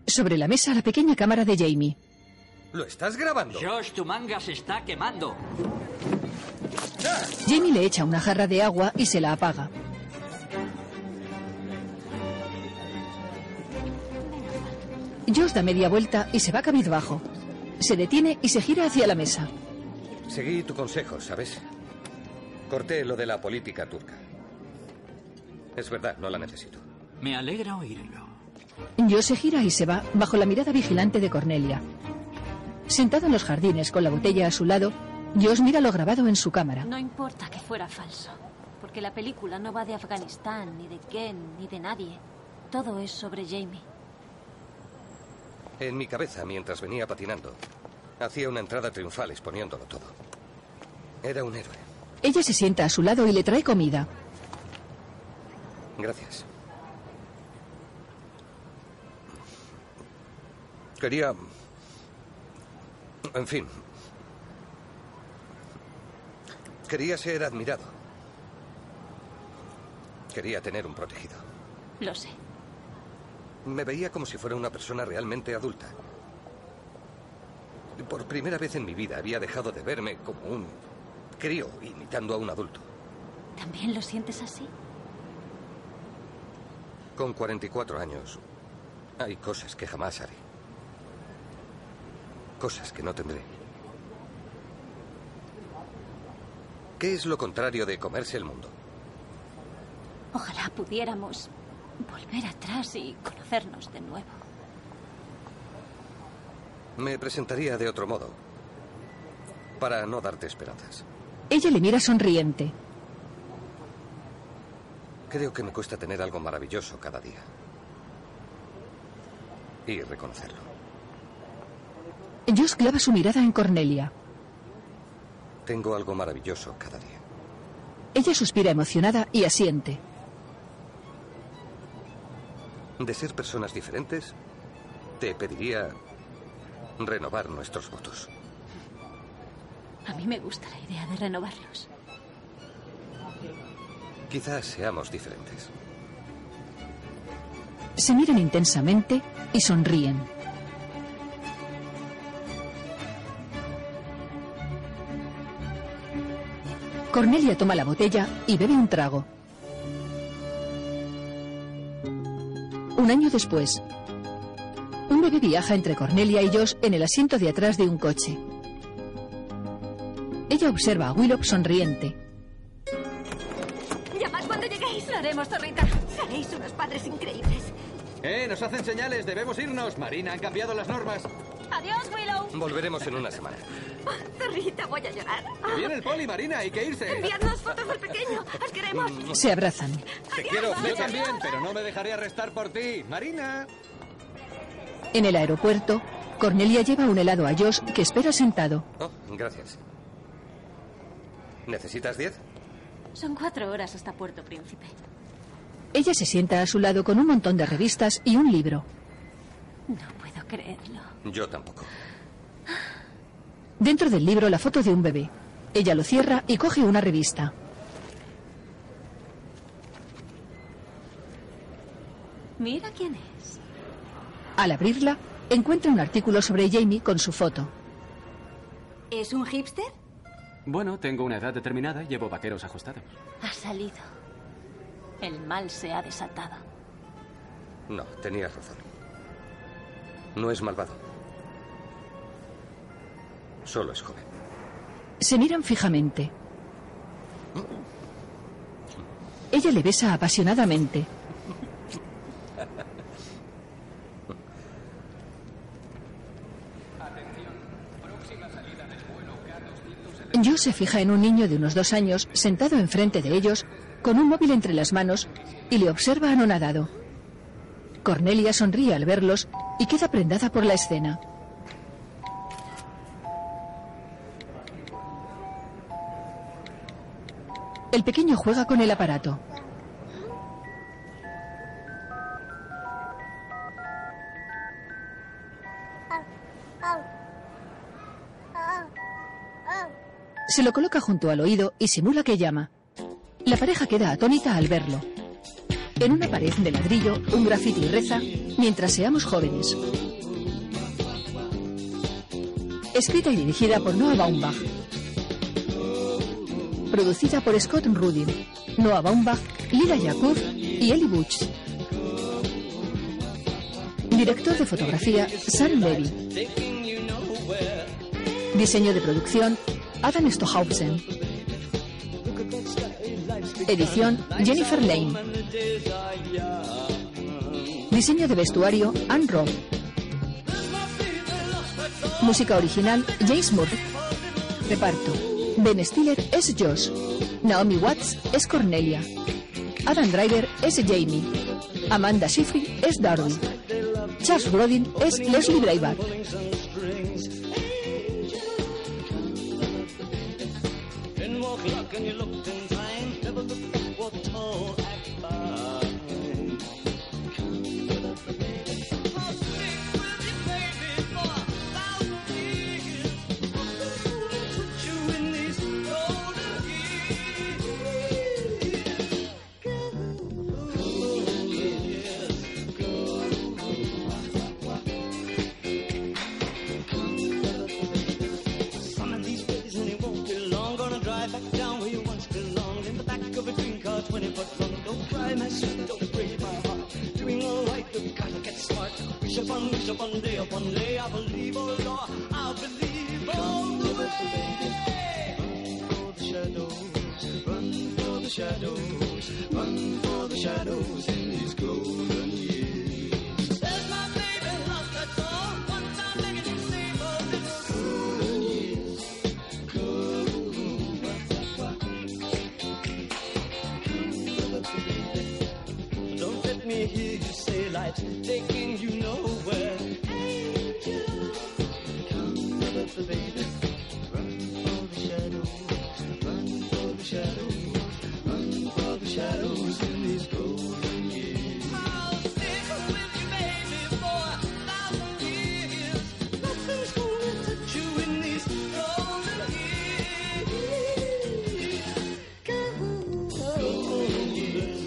Sobre la mesa la pequeña cámara de Jamie. ¿Lo estás grabando? Josh, tu manga se está quemando. Jamie le echa una jarra de agua y se la apaga. Josh da media vuelta y se va cabizbajo. Se detiene y se gira hacia la mesa. Seguí tu consejo, ¿sabes? Corté lo de la política turca. Es verdad, no la necesito. Me alegra oírlo. Josh se gira y se va bajo la mirada vigilante de Cornelia. Sentado en los jardines con la botella a su lado, Josh mira lo grabado en su cámara. No importa que fuera falso, porque la película no va de Afganistán, ni de Ken, ni de nadie. Todo es sobre Jamie. En mi cabeza, mientras venía patinando, hacía una entrada triunfal exponiéndolo todo. Era un héroe. Ella se sienta a su lado y le trae comida. Gracias. Quería... En fin. Quería ser admirado. Quería tener un protegido. Lo sé. Me veía como si fuera una persona realmente adulta. Por primera vez en mi vida había dejado de verme como un crío imitando a un adulto. ¿También lo sientes así? Con 44 años, hay cosas que jamás haré. Cosas que no tendré. ¿Qué es lo contrario de comerse el mundo? Ojalá pudiéramos volver atrás y conocernos de nuevo. Me presentaría de otro modo, para no darte esperanzas. Ella le mira sonriente. Creo que me cuesta tener algo maravilloso cada día. Y reconocerlo. Josh clava su mirada en Cornelia. Tengo algo maravilloso cada día. Ella suspira emocionada y asiente. De ser personas diferentes, te pediría renovar nuestros votos. A mí me gusta la idea de renovarlos. Quizás seamos diferentes. Se miran intensamente y sonríen. Cornelia toma la botella y bebe un trago. Un año después, un bebé viaja entre Cornelia y Josh en el asiento de atrás de un coche. Ella observa a Willop sonriente. Llamad cuando lleguéis. Lo haremos, zorrita. Seréis unos padres increíbles. ¡Eh! Nos hacen señales, debemos irnos. Marina, han cambiado las normas. Adiós, Willow. Volveremos en una semana. Zorrita, voy a llorar. Que viene el poli, Marina, hay que irse. Enviadnos fotos del pequeño. Os queremos. Se abrazan. Te quiero, yo también, pero no me dejaré arrestar por ti. Marina. En el aeropuerto, Cornelia lleva un helado a Josh que espera sentado. Oh, gracias. ¿Necesitas 10? Son cuatro horas hasta Puerto Príncipe. Ella se sienta a su lado con un montón de revistas y un libro. No puedo creerlo. Yo tampoco. Dentro del libro la foto de un bebé. Ella lo cierra y coge una revista. Mira quién es. Al abrirla, encuentra un artículo sobre Jamie con su foto. ¿Es un hipster? Bueno, tengo una edad determinada y llevo vaqueros ajustados. Ha salido. El mal se ha desatado. No, tenías razón. No es malvado. Solo es joven. Se miran fijamente. Ella le besa apasionadamente. Joe se fija en un niño de unos dos años sentado enfrente de ellos con un móvil entre las manos y le observa anonadado. Cornelia sonríe al verlos y queda prendada por la escena. El pequeño juega con el aparato. Se lo coloca junto al oído y simula que llama. La pareja queda atónita al verlo. En una pared de ladrillo, un grafiti reza, mientras seamos jóvenes. Escrita y dirigida por Noah Baumbach. Producida por Scott Rudin, Noah Baumbach, Lila Yakub y Eli Butch. Director de fotografía, Sam Levy. Diseño de producción, Adam Stohausen. Edición Jennifer Lane. Diseño de vestuario Anne Robb. Música original James Moore. Reparto. Ben Stiller es Josh. Naomi Watts es Cornelia. Adam Driver es Jamie. Amanda Seyfried es Darwin. Charles Brodin es Leslie Braibach. Some of these days and he won't be long. Gonna drive back down where you once belonged. In the back of a dream car, 20 foot long. Don't cry, my sweet, don't break my heart. Doing all right, you gotta get smart. Wish upon, wish upon, day upon day. I believe, oh Lord, I believe all the way. Run for the shadows, run for the shadows, run for the shadows in these golden years. There's my baby lost, that's all. One time making it seem a little golden years. Don't let me hear you say light, taking you nowhere. Angel, come with the baby. Run for the shadows, run for the shadows, run for the shadows in these golden years. I'll stick with you, baby, for a thousand years. Nothing's gonna touch you in these golden years. Golden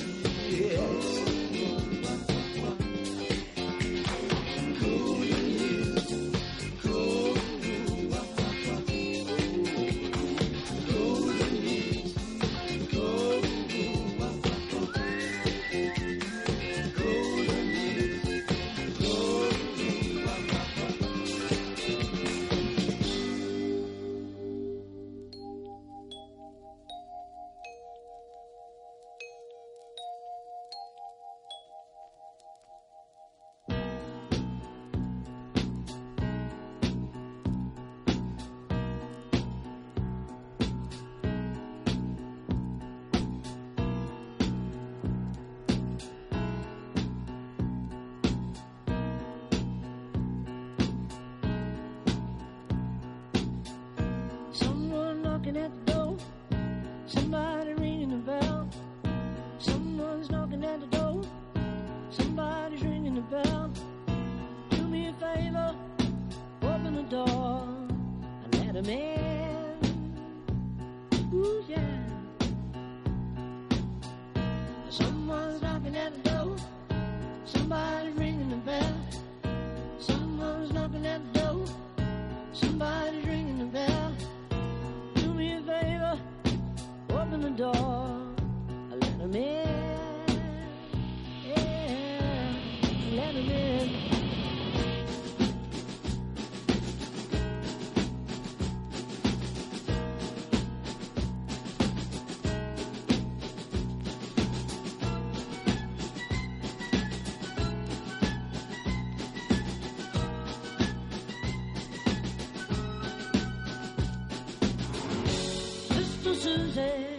mer. Ooh, yeah. Someone's knocking at the door. Somebody's ringing the bell. Someone's knocking at the door. Somebody's ringing the bell. Do me a favor. Open the door. Let 'em in. Yeah. Let 'em in. Sister Susie,